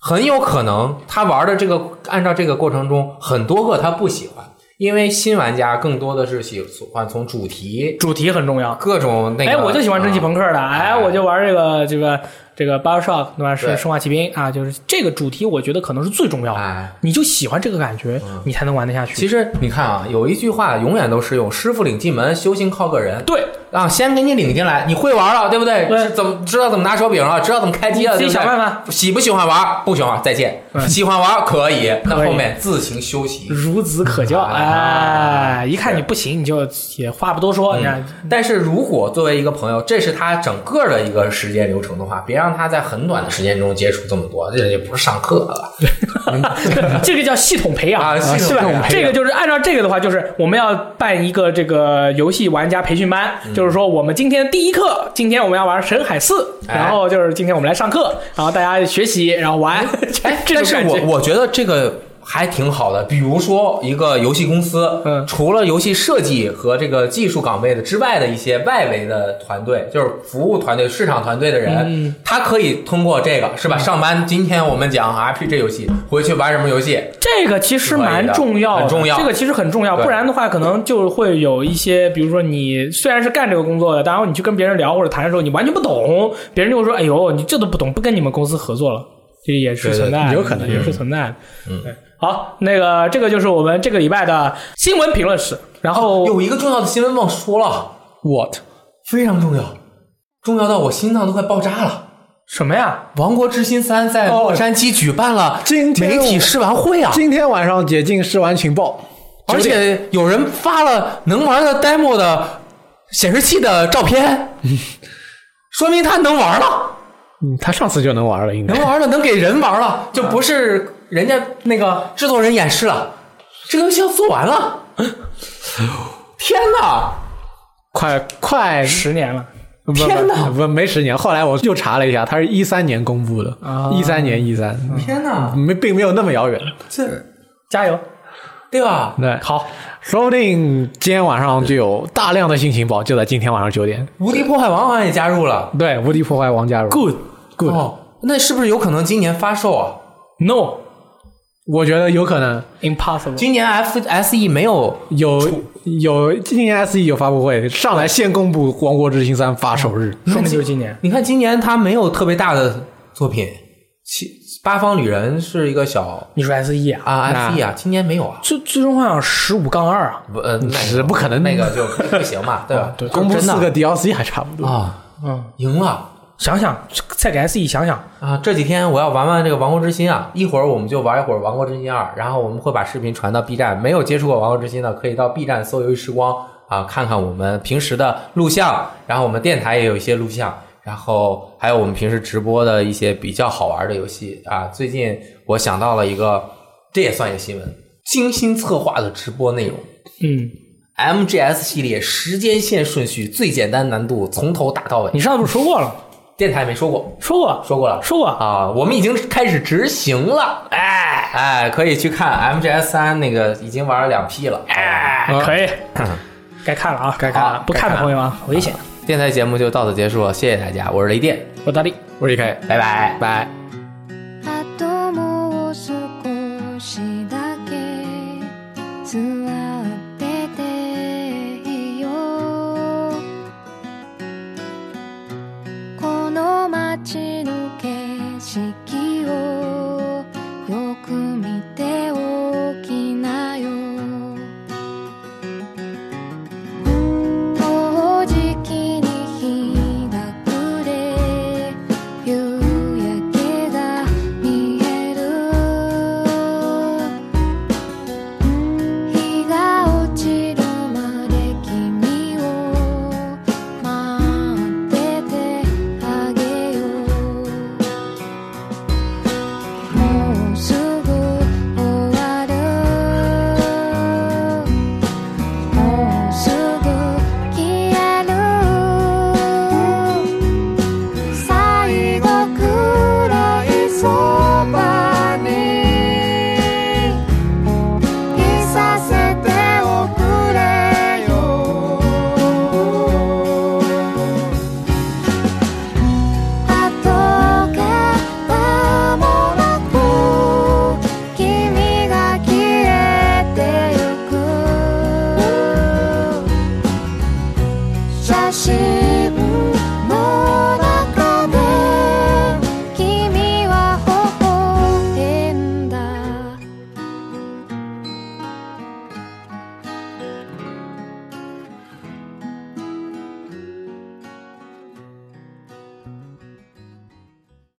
[SPEAKER 1] 很有可能他玩的这个，按照这个过程中，很多个他不喜欢，因为新玩家更多的是喜欢从主题
[SPEAKER 2] 主题很重要。
[SPEAKER 1] 各种那个。
[SPEAKER 2] 哎，我就喜欢蒸汽朋克的，哎，
[SPEAKER 1] 哎
[SPEAKER 2] 我就玩这个这个这个 BioShock 对吧？是
[SPEAKER 1] 对
[SPEAKER 2] 生化奇兵啊，就是这个主题，我觉得可能是最重要
[SPEAKER 1] 克。
[SPEAKER 2] 的。
[SPEAKER 1] 哎，
[SPEAKER 2] 你就喜欢这个感觉，你才能玩得下去。
[SPEAKER 1] 嗯其实你看啊，有一句话永远都适用：师傅领进门，修行靠个人。
[SPEAKER 2] 对，
[SPEAKER 1] 啊，先给你领进来，你会玩了，对不对？
[SPEAKER 2] 对
[SPEAKER 1] 知怎么知道怎么拿手柄了，知道怎么开机了，
[SPEAKER 2] 你自
[SPEAKER 1] 对不
[SPEAKER 2] 己
[SPEAKER 1] 对
[SPEAKER 2] 想办法。
[SPEAKER 1] 喜不喜欢玩？不喜欢玩，再见。
[SPEAKER 2] 嗯
[SPEAKER 1] 喜欢玩可以，那
[SPEAKER 2] 可以
[SPEAKER 1] 后面自行修习。
[SPEAKER 2] 孺子可教，
[SPEAKER 1] 啊
[SPEAKER 2] 哎，一看你不行，你就也话不多说，
[SPEAKER 1] 嗯
[SPEAKER 2] 你看，
[SPEAKER 1] 但是如果作为一个朋友，这是他整个的一个时间流程的话，别让他在很短的时间中接触这么多，这也不是上课了。嗯
[SPEAKER 2] 这个叫系统培养，
[SPEAKER 1] 啊系
[SPEAKER 2] 是
[SPEAKER 1] 统
[SPEAKER 2] 吧
[SPEAKER 1] 培养？
[SPEAKER 2] 这个就是按照这个的话，就是我们要办一个这个游戏玩家培训班，
[SPEAKER 1] 嗯
[SPEAKER 2] 就是说我们今天第一课，今天我们要玩《神海四》，
[SPEAKER 1] 哎
[SPEAKER 2] 然后就是今天我们来上课，然后大家学习，然后玩，
[SPEAKER 1] 哎，
[SPEAKER 2] 这
[SPEAKER 1] 但
[SPEAKER 2] 种
[SPEAKER 1] 是
[SPEAKER 2] 感
[SPEAKER 1] 我
[SPEAKER 2] 觉。
[SPEAKER 1] 我觉得这个还挺好的。比如说，一个游戏公司，
[SPEAKER 2] 嗯
[SPEAKER 1] 除了游戏设计和这个技术岗位的之外的一些外围的团队，就是服务团队、市场团队的人，
[SPEAKER 2] 嗯
[SPEAKER 1] 他可以通过这个是吧？上班，今天我们讲 RPG 游戏，回去玩什么游戏？
[SPEAKER 2] 这个其实蛮重要的，
[SPEAKER 1] 很重要
[SPEAKER 2] 这个其实很重要，
[SPEAKER 1] 对
[SPEAKER 2] 不然的话，可能就会有一些，比如说你虽然是干这个工作的，然后你去跟别人聊或者谈的时候，你完全不懂，别人就会说：“哎呦，你这都不懂，不跟你们公司合作了。”这也是存在的，
[SPEAKER 4] 对对有可能
[SPEAKER 2] 也是存在的。嗯，好，那个这个就是我们这个礼拜的新闻评论室，然
[SPEAKER 3] 哦
[SPEAKER 2] 后
[SPEAKER 1] 啊有一个重要的新闻忘说了，
[SPEAKER 4] What？
[SPEAKER 1] 非常重要，重要到我心脏都快爆炸了。
[SPEAKER 2] 什么呀？
[SPEAKER 1] 《王国之心三》在
[SPEAKER 3] 哦
[SPEAKER 1] 洛杉矶举办了
[SPEAKER 3] 今天
[SPEAKER 1] 媒
[SPEAKER 3] 我
[SPEAKER 1] 体试玩会啊，
[SPEAKER 3] 今天晚上解禁试玩情报，
[SPEAKER 1] 而且有人发了能玩的 demo 的显示器的照片， 说明他能玩了，
[SPEAKER 4] 嗯，他上次就能玩了，应该
[SPEAKER 1] 能玩了，能给人玩
[SPEAKER 3] 嗯
[SPEAKER 1] 了，就不是人家那个制作人演示了，这个游戏要做完了。 天哪！
[SPEAKER 4] 快快
[SPEAKER 2] 十年了，
[SPEAKER 4] 不
[SPEAKER 1] 天哪
[SPEAKER 4] 不不没十年。后来我又查了一下，他是一三年公布的，
[SPEAKER 1] 啊
[SPEAKER 4] 一三年一三，
[SPEAKER 1] 天哪！
[SPEAKER 4] 没并没有那么遥远。
[SPEAKER 1] 这
[SPEAKER 2] 加油！
[SPEAKER 1] 对吧？
[SPEAKER 4] 对，
[SPEAKER 2] 好，
[SPEAKER 4] 说不定今天晚上就有大量的新情报，就在今天晚上九点。
[SPEAKER 1] 无敌破坏王好像也加入了。哦
[SPEAKER 4] 对，无敌破坏王加入
[SPEAKER 2] Good
[SPEAKER 4] good，
[SPEAKER 1] 哦，那是不是有可能今年发售啊？
[SPEAKER 2] no，
[SPEAKER 4] 我觉得有可能
[SPEAKER 2] Impossible。
[SPEAKER 1] 今年 F S E 没有
[SPEAKER 4] 有有今年 S E 有发布会，上来先公布《王国之心三》发售日，
[SPEAKER 1] 嗯
[SPEAKER 2] 说明就是今年。
[SPEAKER 1] 你看今年他没有特别大的作品，七八方旅人是一个小
[SPEAKER 2] 你说 S E 啊？
[SPEAKER 1] 啊 F E 啊，今年没有啊。
[SPEAKER 2] 最最终幻想十五杠二啊！
[SPEAKER 1] 不，呃， 那
[SPEAKER 4] 是不可能
[SPEAKER 1] 那个就不行嘛，对吧？对
[SPEAKER 4] 哦公布
[SPEAKER 1] 真
[SPEAKER 4] 四个
[SPEAKER 1] 的
[SPEAKER 4] D L C 还差不多。
[SPEAKER 1] 啊，
[SPEAKER 2] 嗯，
[SPEAKER 1] 赢了
[SPEAKER 2] 想想再给 S E 想想，
[SPEAKER 1] 啊！这几天我要玩玩这个《王国之心》啊，一会儿我们就玩一会儿《王国之心二》，然后我们会把视频传到 B 站。没有接触过《王国之心》的，可以到 B 站搜“游戏时光”啊，看看我们平时的录像，然后我们电台也有一些录像，然后还有我们平时直播的一些比较好玩的游戏啊。最近我想到了一个，这也算一个新闻，精心策划的直播内容。
[SPEAKER 2] 嗯，
[SPEAKER 1] MGS 系列时间线顺序最简单难度从头打到尾
[SPEAKER 2] 你，上次不是说过了吗？
[SPEAKER 1] 电台没说过，
[SPEAKER 2] 说过，
[SPEAKER 1] 说过了
[SPEAKER 2] 说过。
[SPEAKER 1] 啊，我们已经开始执行了，哎哎，可以去看 MGS 三那个已经玩了两批了，哎，
[SPEAKER 2] 哎，可以，该看了啊，该
[SPEAKER 1] 看了
[SPEAKER 2] 不看的朋友啊，危险。
[SPEAKER 1] 电台节目就到此结束了，谢谢大家，我是雷电，
[SPEAKER 2] 我大力。
[SPEAKER 4] 我离开，
[SPEAKER 1] 拜拜。
[SPEAKER 4] 拜。